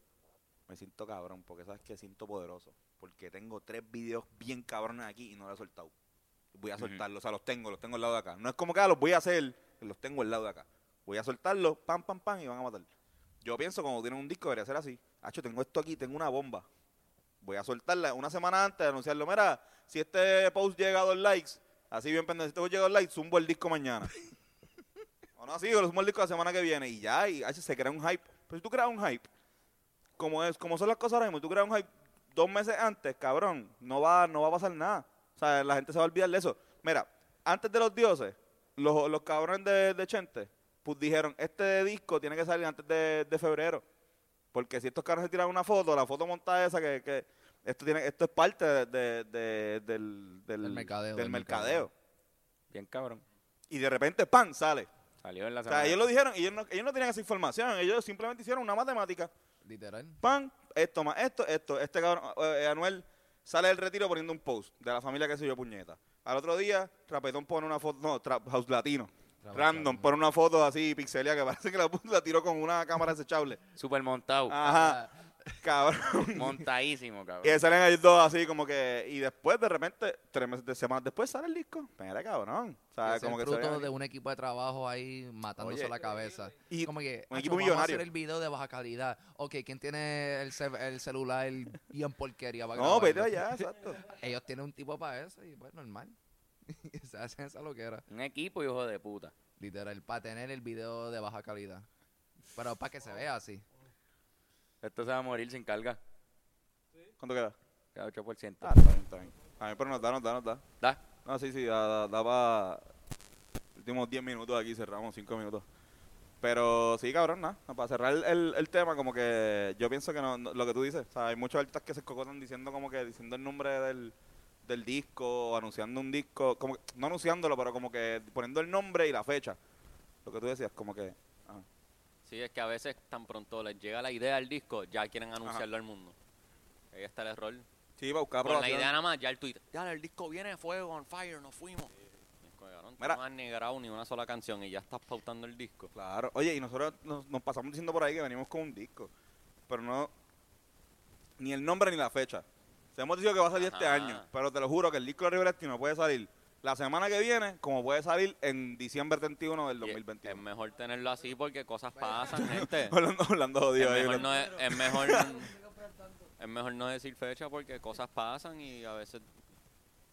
Speaker 1: me siento cabrón. Porque sabes que siento poderoso. Porque tengo tres videos bien cabrones aquí y no los he soltado. Voy a
Speaker 3: Ujú.
Speaker 1: soltarlos. O sea, los tengo, los tengo al lado de acá. No es como que ah, los voy a hacer, los tengo al lado de acá. Voy a soltarlos, pam, pam, pam, y van a matar. Yo pienso, cuando tienen un disco, debería ser así. Hacho, tengo esto aquí, tengo una bomba. Voy a soltarla una semana antes de anunciarlo. Mira, si este post llega a dos likes, así bien pendiente, si este post llega a dos likes, zumbo el disco mañana. o no, así, yo lo sumo el disco la semana que viene. Y ya, y hacho, se crea un hype. Pero si tú creas un hype, como, es, como son las cosas ahora mismo, tú creas un hype dos meses antes, cabrón, no va, no va a pasar nada. O sea, la gente se va a olvidar de eso. Mira, antes de los dioses, los, los cabrones de, de Chente, pues dijeron, este disco tiene que salir antes de, de febrero. Porque si estos cabrones se tiran una foto, la foto montada esa que, que esto tiene, esto es parte de, de- de- del, del-
Speaker 4: Del mercadeo,
Speaker 1: del
Speaker 4: del
Speaker 1: mercadeo.
Speaker 4: mercadeo.
Speaker 3: Bien cabrón.
Speaker 1: Y de repente, ¡pam! sale.
Speaker 3: Salió en la
Speaker 1: O sea,
Speaker 3: semana.
Speaker 1: ellos lo dijeron y ellos no, ellos no tenían esa información. Ellos simplemente hicieron una matemática.
Speaker 4: Literal.
Speaker 1: Pan, esto más esto, esto. Este cabrón, eh, eh, Anuel, sale del retiro poniendo un post de la familia que se yo puñeta. Al otro día, Trapetón pone una foto, no, Trap House Latino.
Speaker 4: Trap House
Speaker 1: Random,
Speaker 4: Latino.
Speaker 1: pone una foto así, pixelia, que parece que la, puso- la tiró con una cámara desechable.
Speaker 3: Super
Speaker 4: Uh.
Speaker 3: montado.
Speaker 1: Ajá, cabrón.
Speaker 3: Montadísimo, cabrón.
Speaker 1: Y ahí salen ellos dos así como que... Y después, de repente, tres meses de semanas después sale el disco. Mira, cabrón. O sea,
Speaker 4: Es
Speaker 1: como que
Speaker 4: el
Speaker 1: se
Speaker 4: fruto
Speaker 1: ven
Speaker 4: de
Speaker 1: aquí.
Speaker 4: un equipo de trabajo ahí matándose
Speaker 1: Oye,
Speaker 4: la cabeza.
Speaker 1: y
Speaker 4: como que,
Speaker 1: un
Speaker 4: "Acho,
Speaker 1: equipo
Speaker 4: Vamos a
Speaker 1: millonario".
Speaker 4: hacer el video de baja calidad. Ok, ¿quién tiene el, ce- el celular bien porquería? para
Speaker 1: No, vete
Speaker 4: grabarlo?"
Speaker 1: allá, exacto.
Speaker 4: Ellos tienen un tipo para eso y pues normal. Se hacen esa loquera.
Speaker 3: Un equipo, hijo de puta.
Speaker 4: Literal, para tener el video de baja calidad. Pero para que se vea así.
Speaker 3: Esto se va a morir sin carga.
Speaker 1: ¿Cuánto queda?
Speaker 3: Cada 8%.
Speaker 1: Ah, está bien, está bien. A mí, pero nos da, nos da, nos da.
Speaker 3: Da.
Speaker 1: No, sí, sí, da, da, da pa- Últimos 10 minutos aquí, cerramos 5 minutos. Pero sí, cabrón, nada. Para cerrar el, el tema, como que yo pienso que no, no- lo que tú dices, o sea, hay muchos artistas que se cocotan diciendo como que diciendo el nombre del, del disco, o anunciando un disco, como que- no anunciándolo, pero como que poniendo el nombre y la fecha. Lo que tú decías, como que. ah.
Speaker 5: Sí, es que a veces tan pronto les llega la idea del disco, ya quieren anunciarlo al mundo. Ahí está el error.
Speaker 1: Sí, para buscar
Speaker 5: Con la
Speaker 1: aprobación.
Speaker 5: idea nada más, ya el tweet. Ya, el disco viene a fuego, on fire, nos fuimos. Y es como, cabrón, tú
Speaker 1: Mira.
Speaker 5: No has negrado ni una sola canción y ya estás pautando el disco.
Speaker 1: Claro. Oye, y nosotros nos, nos pasamos diciendo por ahí que venimos con un disco. Pero no. Ni el nombre ni la fecha. Se hemos dicho que va a salir este
Speaker 5: Ajá.
Speaker 1: año. Pero te lo juro que el disco de Riveretti no puede salir la semana que viene, como puede salir en diciembre 31 del
Speaker 5: Y es- Es
Speaker 1: 2021.
Speaker 5: mejor tenerlo así porque cosas pasan, gente.
Speaker 1: Hablando, hablando
Speaker 5: Es
Speaker 1: jodido ahí.
Speaker 5: mejor,
Speaker 1: hablando-
Speaker 5: no, es, es mejor, es mejor no decir fecha porque cosas pasan y a veces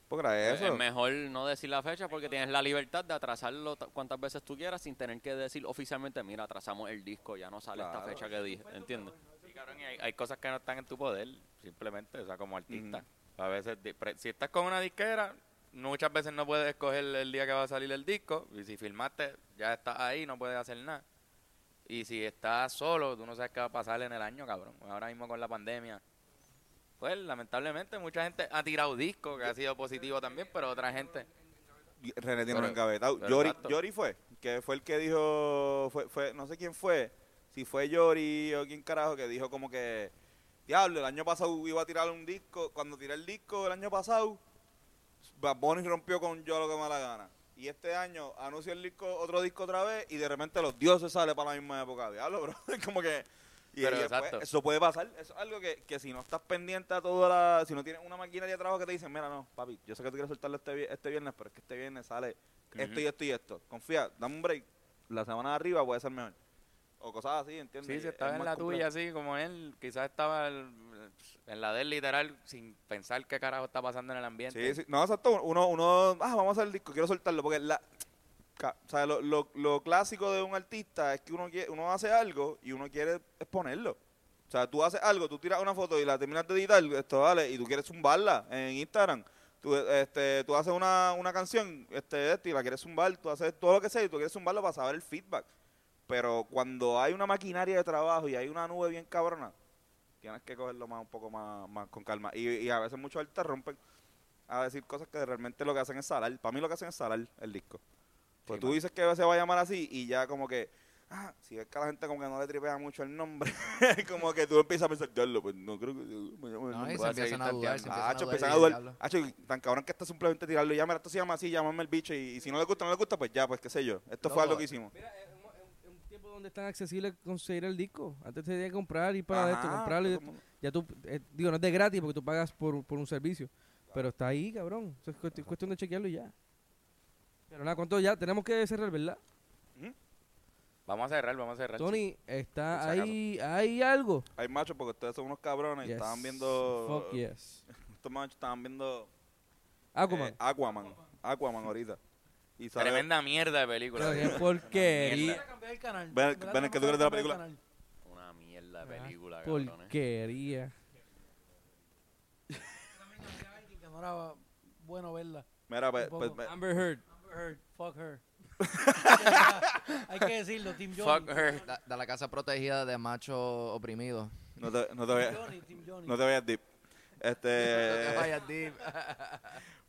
Speaker 1: ¿Por qué era
Speaker 5: Es
Speaker 1: eso?
Speaker 5: mejor no decir la fecha porque tienes la libertad de atrasarlo t- cuantas veces tú quieras sin tener que decir oficialmente, mira, atrasamos el disco, ya no sale
Speaker 1: Claro.
Speaker 5: esta fecha que dije, ¿entiendes?
Speaker 3: Sí, cabrón, y hay, hay cosas que no están en tu poder, simplemente, o sea, como artista. A veces, di- pre- si estás con una disquera, muchas veces no puedes escoger el día que va a salir el disco, y si filmaste, ya estás ahí, no puedes hacer nada. Y si estás solo, tú no sabes qué va a pasar en el año, cabrón. Ahora mismo con la pandemia. Pues, lamentablemente, mucha gente ha tirado disco, que ha sido positivo también, pero otra gente...
Speaker 1: Y René tiene
Speaker 3: Pero-
Speaker 1: un engavetado.
Speaker 3: pero
Speaker 1: Yori,
Speaker 3: exacto.
Speaker 1: Yori fue, que fue el que dijo, fue, fue, no sé quién fue, si fue Yori o quién carajo, que dijo como que, diablo, el año pasado iba a tirar un disco, cuando tiré el disco el año pasado, Bad Bunny rompió con Yo lo que me da la gana. Y este año anunció el disco, otro disco otra vez, y de repente los dioses sale para la misma época. Diablo, bro. Es como que. Y,
Speaker 3: Pero
Speaker 1: y después,
Speaker 3: exacto.
Speaker 1: eso puede pasar. Eso es algo que, que si no estás pendiente a toda la. Si no tienes una maquinaria de trabajo que te dicen, mira, no, papi, yo sé que tú quieres soltarlo este, vi- este viernes, pero es que este viernes sale esto y esto y esto. Confía, dame un break. La semana de arriba puede ser mejor. O cosas así, ¿entiendes?
Speaker 3: Sí, si
Speaker 1: Es
Speaker 3: estaba en
Speaker 1: más
Speaker 3: la
Speaker 1: complejo.
Speaker 3: tuya, así como él, quizás estaba el- en la de él literal sin pensar qué carajo está pasando en el ambiente.
Speaker 1: Sí, sí. No, exacto. Uno, uno, ah, vamos a hacer el disco, quiero soltarlo. Porque la, ca- o sea, lo, lo, lo clásico de un artista es que uno, quiere, uno hace algo y uno quiere exponerlo. O sea, tú haces algo, tú tiras una foto y la terminas de editar, esto vale, y tú quieres zumbarla en Instagram. Tú, este, tú haces una, una canción este, este, y la quieres zumbar, tú haces todo lo que sea y tú quieres zumbarla para saber el feedback. Pero cuando hay una maquinaria de trabajo y hay una nube bien cabrona, tienes que cogerlo más un poco más, más con calma. Y, y a veces muchos artistas rompen a decir cosas que realmente lo que hacen es salar. Para mí lo que hacen es salar el disco. Pues
Speaker 3: Sí,
Speaker 1: tú
Speaker 3: mano.
Speaker 1: dices que se va a llamar así y ya como que, ah, si es que a la gente como que no le tripea mucho el nombre, como que tú empiezas a pensar, "Diablo, pues no creo que me llame el
Speaker 4: No,
Speaker 1: nombre".
Speaker 4: y se
Speaker 3: voy a
Speaker 4: empiezan
Speaker 3: seguir
Speaker 4: a dudar. Se
Speaker 3: tanteando.
Speaker 1: Ah,
Speaker 4: empiezan a
Speaker 1: Hacho,
Speaker 4: dudar.
Speaker 1: empiezan a
Speaker 4: y
Speaker 1: dudar.
Speaker 4: diablo.
Speaker 1: Hacho, tan cabrón que está simplemente tirarlo. Ya, mira, esto se llama así, llámame el bicho. Y, y si no le gusta, no le gusta, pues ya, pues qué sé yo. Esto fue
Speaker 4: Loco,
Speaker 1: algo que hicimos.
Speaker 2: Mira, es un, es un tiempo donde es tan accesible conseguir el disco. Antes te tenías que comprar, ir para esto,
Speaker 1: Ajá,
Speaker 2: comprarlo. y
Speaker 1: todo el mundo.
Speaker 2: ya tú, eh, digo, no es de gratis porque tú pagas por, por un servicio. Pero está ahí, cabrón. Eso es cuest- cuestión de chequearlo y ya. Pero nada, ¿cuánto ya? Tenemos que cerrar, ¿verdad?
Speaker 3: Vamos a cerrar, vamos a cerrar.
Speaker 2: Tony, está
Speaker 3: Por si
Speaker 2: ahí, hay algo.
Speaker 1: Hay machos porque ustedes son unos cabrones y
Speaker 2: Yes.
Speaker 1: estaban viendo. eh,
Speaker 2: Fuck yes.
Speaker 1: Estos machos estaban viendo. eh,
Speaker 2: Aquaman.
Speaker 1: Aquaman. Aquaman ahorita. Y sale-
Speaker 3: Tremenda mierda de película.
Speaker 2: Pero qué porquería.
Speaker 3: mierda.
Speaker 7: Cambiar el canal.
Speaker 1: Ven,
Speaker 7: Mira,
Speaker 1: ven, que tú eres de la película.
Speaker 7: cambiar el canal.
Speaker 5: Una mierda de
Speaker 2: Ah,
Speaker 5: película, cabrón. eh.
Speaker 2: Porquería.
Speaker 7: También había alguien que no era bueno verla.
Speaker 1: Mira, pues.
Speaker 7: Un
Speaker 1: pues,
Speaker 7: poco.
Speaker 1: pues,
Speaker 2: Amber Heard.
Speaker 7: Amber Heard, fuck her. Hay que decirlo, Team Johnny.
Speaker 3: Fuck her.
Speaker 4: Da- de la casa protegida de machos oprimidos.
Speaker 1: no te, no te
Speaker 7: Team
Speaker 1: veas.
Speaker 7: Johnny, Team Johnny.
Speaker 1: No te veas deep.
Speaker 4: No te
Speaker 1: Este.
Speaker 4: vayas,
Speaker 1: eh,
Speaker 4: Dip.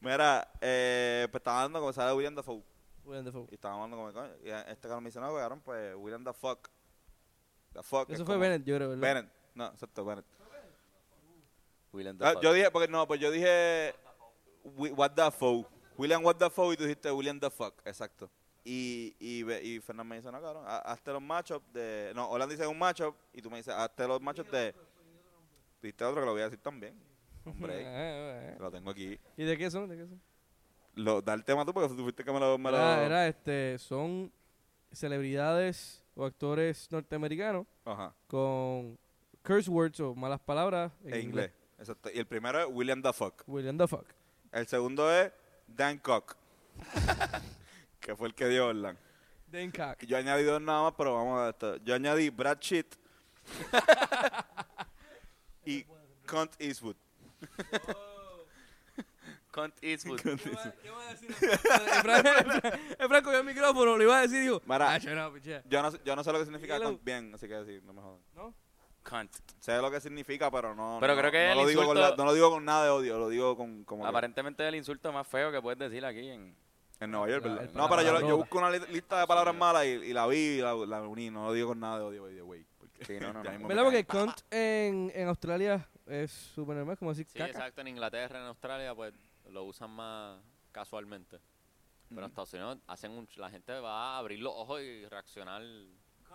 Speaker 1: mira, eh, pues estaba dando como sale William Dafoe.
Speaker 2: Willem Dafoe.
Speaker 1: Y estábamos hablando como, coño, y a- este cabrón me dice, no, cabrón, pues William the fuck. The fuck.
Speaker 2: Eso
Speaker 1: es
Speaker 2: fue
Speaker 1: como-
Speaker 2: Bennett, yo creo, ¿verdad?
Speaker 1: Bennett. No, exacto, Bennett.
Speaker 3: Willem
Speaker 1: Ah,
Speaker 3: Dafoe.
Speaker 1: yo dije, porque no, pues yo dije Wi- What the fuck. William What the fuck y tú dijiste William the fuck, exacto. Y, y, ve- y Fernández me dice, no, cabrón, ha- hazte los matchups de... No, Holanda dice un matchup y tú me dices, hazte los matchups de... Dijiste otro que lo voy a decir también. Hombre,
Speaker 2: Ah, ah, ah.
Speaker 1: lo tengo aquí.
Speaker 2: ¿Y de qué son? ¿De qué son?
Speaker 1: Lo, da el tema tú porque tú fuiste que me lo... me lo-
Speaker 2: Era, era, este, son celebridades o actores norteamericanos
Speaker 1: Ajá,
Speaker 2: con curse words o malas palabras en,
Speaker 1: en
Speaker 2: inglés.
Speaker 1: E inglés. Exacto. Y el primero es William the fuck.
Speaker 2: William the fuck.
Speaker 1: El segundo es Dan Cock. que fue el que dio Orlan.
Speaker 2: Dan Cock.
Speaker 1: Yo añadí dos nada más, pero vamos a esto. Yo añadí Brad Pitt y Cunt Eastwood.
Speaker 3: Cunt Eastwood.
Speaker 2: ¿Qué va a decir? Efraín, Efraín- Efraín cogió el micrófono, le iba a decir y dijo,
Speaker 1: Mira,
Speaker 2: "Ah, yo no, piché".
Speaker 1: yo no, sé- yo no sé lo que significa
Speaker 2: Dígalo.
Speaker 1: cunt bien, así que así, no me jodan.
Speaker 3: Cunt.
Speaker 1: Sé lo que significa, pero no.
Speaker 3: Pero
Speaker 1: no-
Speaker 3: creo que
Speaker 1: no
Speaker 3: el
Speaker 1: lo, digo con
Speaker 3: insulto-
Speaker 1: la- no lo digo con nada de odio, lo digo con. Como que-
Speaker 3: Aparentemente es el insulto más feo que puedes decir aquí en...
Speaker 1: en Nueva York,
Speaker 2: La-
Speaker 1: ¿verdad?
Speaker 2: el-
Speaker 1: No,
Speaker 2: la
Speaker 1: pero yo, lo- yo
Speaker 2: palabrota.
Speaker 1: busco una li- lista de palabras malas y, y la vi y la, la uní. No lo digo con nada de odio, by the way. Porque
Speaker 3: Sí, no, no,
Speaker 1: ya
Speaker 3: no.
Speaker 1: mismo me
Speaker 2: ¿Verdad? Porque
Speaker 1: caen.
Speaker 2: cunt en, en Australia es súper normal, como decir
Speaker 5: Sí,
Speaker 2: caca.
Speaker 5: exacto. En Inglaterra, en Australia, pues lo usan más casualmente. Pero en Estados Unidos hacen un, la gente va a abrir los ojos y reaccionar.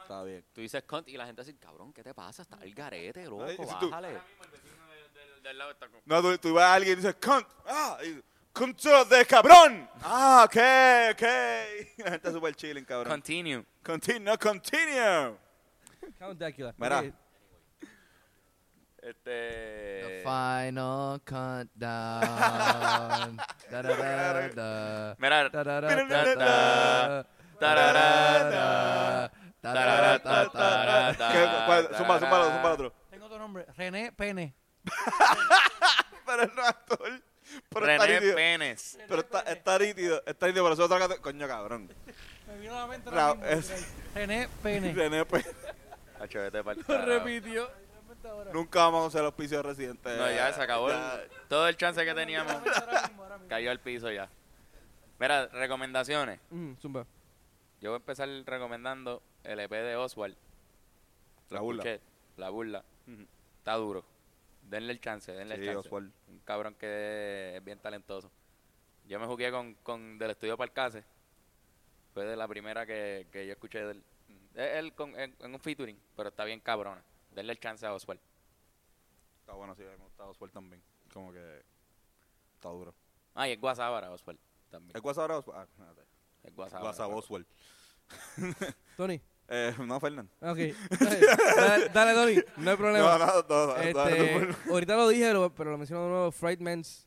Speaker 1: Está bien.
Speaker 5: Tú dices cunt y la gente dice, cabrón, ¿qué te pasa? Está el garete, loco,
Speaker 1: Ay, eso tú.
Speaker 5: bájale.
Speaker 1: No, tú, tú vas a alguien y dices, cunt, ah, y, cunt de cabrón. Ah, ok, ok. La gente es súper chilling, cabrón.
Speaker 3: Continue.
Speaker 1: Continue, continue.
Speaker 2: Count Dracula.
Speaker 1: Mira.
Speaker 2: Ok,
Speaker 5: Eh,
Speaker 3: Este...
Speaker 1: Eh.
Speaker 4: The final countdown. Da, da, da, da.
Speaker 3: Mira,
Speaker 4: Da, da, da,
Speaker 1: Mira, da,
Speaker 4: da, da.
Speaker 3: tarará,
Speaker 4: Da, da,
Speaker 3: tarará,
Speaker 4: da, da, da.
Speaker 3: tarará,
Speaker 1: ¿Qué, cuál? Zumba, zumba, zumba otro.
Speaker 7: Tengo otro nombre. René Pene.
Speaker 1: Pero él no es actor. Pero está
Speaker 3: René
Speaker 1: nítido.
Speaker 3: Penes.
Speaker 1: Pero está, está nítido, está nítido. Pero eso es otra categoría. Coño, cabrón.
Speaker 7: Me vino a la mente
Speaker 1: Ra-
Speaker 7: ahora mismo,
Speaker 1: es-
Speaker 7: literal. René Pene.
Speaker 1: René, pues,
Speaker 3: Hacho, vete pa'l
Speaker 2: Lo
Speaker 3: carajo.
Speaker 2: repitió.
Speaker 1: nunca vamos a usar el auspicio de residente.
Speaker 3: No, ya se acabó. el-
Speaker 1: Ya.
Speaker 3: todo el chance que
Speaker 7: Me vino a la
Speaker 3: teníamos
Speaker 7: mente ahora mismo, ahora mismo.
Speaker 3: cayó al piso ya. Mira, recomendaciones.
Speaker 2: Mm, zumba.
Speaker 3: Yo voy a empezar recomendando el EP de Oswald.
Speaker 1: La burla.
Speaker 3: Escuché, La burla.
Speaker 1: Ujú.
Speaker 3: Está duro. Denle el chance, denle el
Speaker 1: Sí,
Speaker 3: chance.
Speaker 1: Oswald.
Speaker 3: Un cabrón que es bien talentoso. Yo me jugué con, con del estudio Palcase. Fue de la primera que, que yo escuché de él. Es él con- en, en un featuring, pero está bien cabrona. Denle el chance a Oswald.
Speaker 1: Está bueno, sí, me gusta Oswald también. Como que está duro.
Speaker 3: Ah, y es Guasábara, Oswald. También.
Speaker 1: ¿Es WhatsApp ahora Oswald? Ah, espérate.
Speaker 3: Es Guasábara.
Speaker 1: WhatsApp Oswald.
Speaker 2: Tony.
Speaker 1: Eh, no, Fernán.
Speaker 2: Ah, Ok. Dale, dale, Tony. No hay
Speaker 1: No,
Speaker 2: problema.
Speaker 1: no, no, no,
Speaker 2: Este,
Speaker 1: no, no.
Speaker 2: ahorita lo dije, lo- pero lo menciono de nuevo. Frightmans.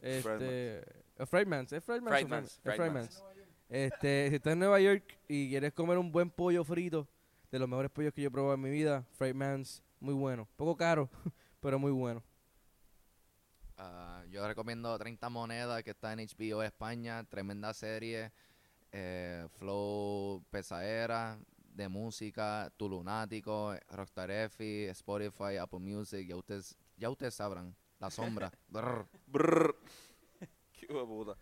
Speaker 2: Este,
Speaker 1: Frightmans.
Speaker 2: eh, Frightmans. ¿Es Frightmans?
Speaker 3: Frightmans,
Speaker 2: o Frightmans? Es
Speaker 3: Frightmans.
Speaker 2: Frightmans. Este, si estás en Nueva York y quieres comer un buen pollo frito, de los mejores pollos que yo he probado en mi vida, Frightmans, muy bueno. Poco caro, pero muy bueno.
Speaker 4: Ah, yo recomiendo 30 Monedas, que está en HBO España. Tremenda serie. eh, flow pesadera de música. Tu Lunático, Rockstar Effie, Spotify, Apple Music. Ya ustedes, ya ustedes sabrán. La sombra. Brr.
Speaker 1: Brrr. Qué hijo de puta.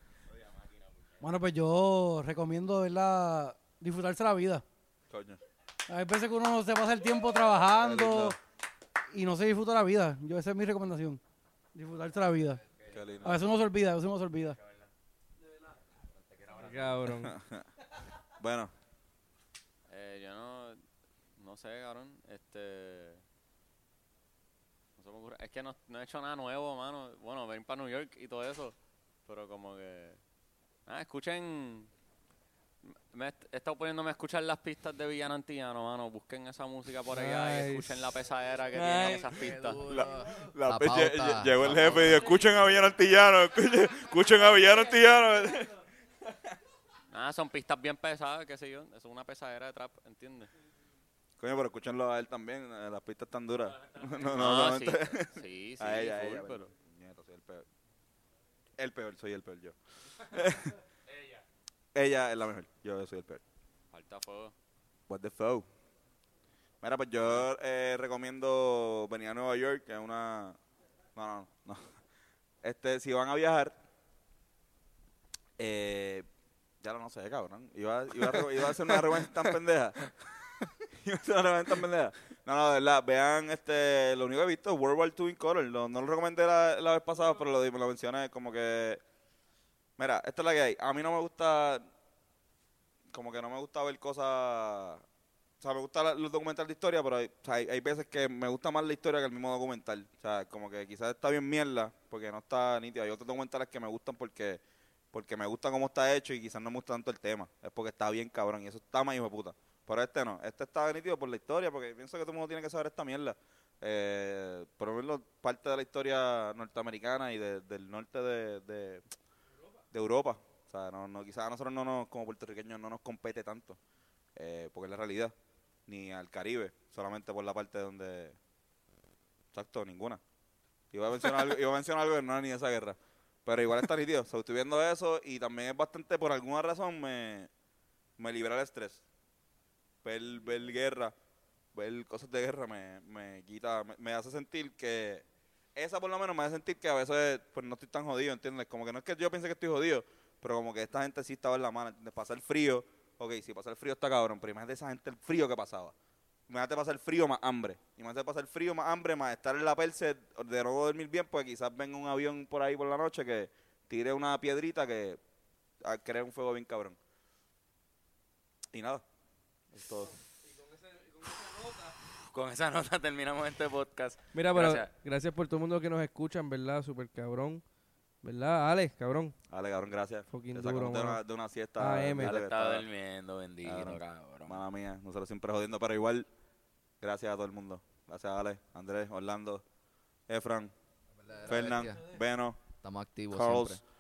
Speaker 7: Bueno, pues yo recomiendo ¿verdad? disfrutarse la vida.
Speaker 1: Coño.
Speaker 7: Hay veces que uno se pasa el tiempo trabajando y no se disfruta la vida. Yo esa es mi recomendación. Disfrutarse la vida.
Speaker 1: Qué lindo.
Speaker 7: A veces uno se olvida, a veces uno se olvida.
Speaker 2: Cabrón.
Speaker 1: Bueno,
Speaker 5: Eh, yo no, no sé, cabrón. Este, no se me ocurre. Es que no, no he hecho nada nuevo, mano. Bueno, ven para New York y todo eso. Pero como que, ah, escuchen. Me he he estado poniéndome a escuchar las pistas de Villano Antillano, mano. Busquen esa música por allá y
Speaker 2: Nice.
Speaker 5: escuchen la pesadera que
Speaker 2: Nice.
Speaker 5: tienen esas pistas.
Speaker 4: La,
Speaker 1: la
Speaker 4: La
Speaker 1: vez lle-
Speaker 4: pauta.
Speaker 1: lle- llegó el jefe y dijo, escuchen a Villano Antillano, escuchen, escuchen a Villano Antillano.
Speaker 5: Ah, son pistas bien pesadas, qué sé yo. Eso es una pesadera de trap, ¿entiendes?
Speaker 1: Coño, pero escúchenlo a él también, eh, las pistas están duras. No, no,
Speaker 5: Ah,
Speaker 1: no.
Speaker 5: sí,
Speaker 1: solamente-
Speaker 5: sí, sí,
Speaker 1: a ella, a
Speaker 5: full,
Speaker 1: ella,
Speaker 5: pero-
Speaker 1: Nieto, soy el peor. El peor, soy el peor yo. ella. Ella es la mejor, yo soy el peor.
Speaker 5: Falta fuego.
Speaker 1: What the fuck. Mira, pues yo eh, recomiendo venir a Nueva York, que es una... No, no, no. Este, si van a viajar, eh, Ya lo no sé, cabrón. Iba, iba, a, re- iba a hacer una revancha tan pendeja. iba a hacer una revancha tan pendeja. No, no, de verdad. Vean, este, lo único que he visto es World War II in Color. Lo- no lo recomendé la, la vez pasada, pero lo, di- lo mencioné como que... Mira, esta es la que hay. A mí no me gusta... Como que no me gusta ver cosas... O sea, me gustan la- los documentales de historia, pero hay, o sea, hay, hay veces que me gusta más la historia que el mismo documental. O sea, como que quizás está bien mierda, porque no está nítida. Hay otros documentales que me gustan porque porque me gusta cómo está hecho y quizás no me gusta tanto el tema. Es porque está bien cabrón y eso está más hijo de puta. Pero este no, este está nítido por la historia, porque pienso que todo el mundo tiene que saber esta mierda. Eh, por lo menos parte de la historia norteamericana y de- del norte de, de, de Europa. O sea, no, no, quizás a nosotros no nos, como puertorriqueños no nos compete tanto, eh, porque es la realidad. Ni al Caribe, solamente por la parte donde... Exacto, ninguna. Iba a mencionar algo, iba a mencionar algo que no era ni de esa guerra. Pero igual está nítido. So, estoy viendo eso y también es bastante, por alguna razón, me, me libera el estrés. Ver, ver guerra, ver cosas de guerra me, me quita, me, me hace sentir que... Esa por lo menos me hace sentir que a veces pues no estoy tan jodido, ¿entiendes? Como que no es que yo piense que estoy jodido, pero como que esta gente sí estaba en la mano, ¿entiendes? Pasar frío, ok, si pasa el frío está cabrón, pero imagínate esa gente el frío que pasaba. Imagínate pasar frío más hambre. Imagínate pasar frío más hambre más estar en la perse de no dormir bien, porque quizás venga un avión por ahí por la noche que tire una piedrita que ah, crea un fuego bien cabrón. Y nada. Es todo.
Speaker 3: Con esa nota terminamos este podcast.
Speaker 2: Mira, pero gracias.
Speaker 3: Gracias.
Speaker 2: por todo el mundo que nos escuchan, ¿verdad? Super cabrón. ¿Verdad, Alex? Cabrón.
Speaker 1: Dale, cabrón, gracias.
Speaker 2: Fucking
Speaker 1: Te sacamos
Speaker 2: duro,
Speaker 1: de, una,
Speaker 2: mano.
Speaker 1: de una siesta.
Speaker 2: AM.
Speaker 1: dale,
Speaker 3: Dale,
Speaker 1: que
Speaker 3: está
Speaker 1: estaba-
Speaker 3: durmiendo, bendito,
Speaker 1: Cabrón.
Speaker 3: cabrón.
Speaker 1: Mala mía, nosotros siempre jodiendo, pero igual, gracias a todo el mundo. Gracias a Ale, Andrés, Orlando, Efran,
Speaker 4: Verdadera
Speaker 1: Fernán,
Speaker 4: bestia.
Speaker 1: Beno,
Speaker 4: Estamos activos
Speaker 1: Carlos.
Speaker 4: siempre.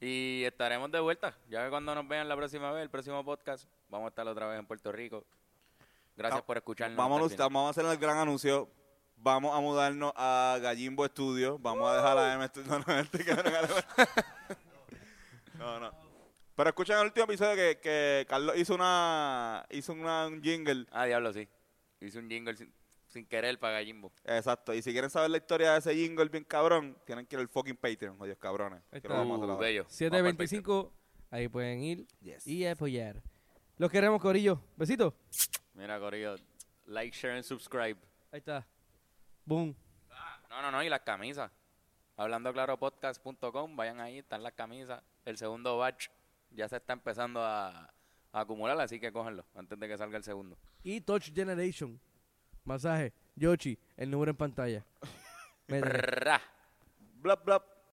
Speaker 3: Y estaremos de vuelta. Ya que cuando nos vean la próxima vez, el próximo podcast, vamos a estar otra vez en Puerto Rico. Gracias
Speaker 1: Ta-
Speaker 3: por escucharnos.
Speaker 1: Vámonos,
Speaker 3: hasta el final.
Speaker 1: vamos a hacer el gran anuncio. Vamos a mudarnos a Gallimbo Studio. Vamos a dejar a M Studio. No, no, este cabrón, ahora- no, no. Pero escuchen el último episodio que, que Carlos hizo una hizo una, un jingle.
Speaker 3: Ah, diablo, sí. Hice un jingle sin, sin querer para Gallimbo.
Speaker 1: Exacto. Y si quieren saber la historia de ese jingle bien cabrón, tienen que ir al fucking Patreon, odios cabrones.
Speaker 2: Ahí
Speaker 1: Que
Speaker 2: está.
Speaker 1: lo vamos a hacer
Speaker 3: Uh,
Speaker 1: ahora.
Speaker 3: bello. Vamos para el
Speaker 2: 725, ahí pueden ir
Speaker 1: Yes.
Speaker 2: y apoyar. Los queremos, Corillo. Besitos.
Speaker 5: Mira, Corillo. Like, share and subscribe.
Speaker 2: Ahí está. Boom.
Speaker 3: Patreon. No, no, no, y las camisas. Hablando claro, podcast.com, vayan ahí, están las camisas. El segundo batch ya se está empezando a, a acumular, así que cójanlo antes de que salga el segundo.
Speaker 2: Y Touch Generation. Masaje. Yoshi. El número en pantalla. Métele.
Speaker 3: Prrra.
Speaker 1: Blap, blap.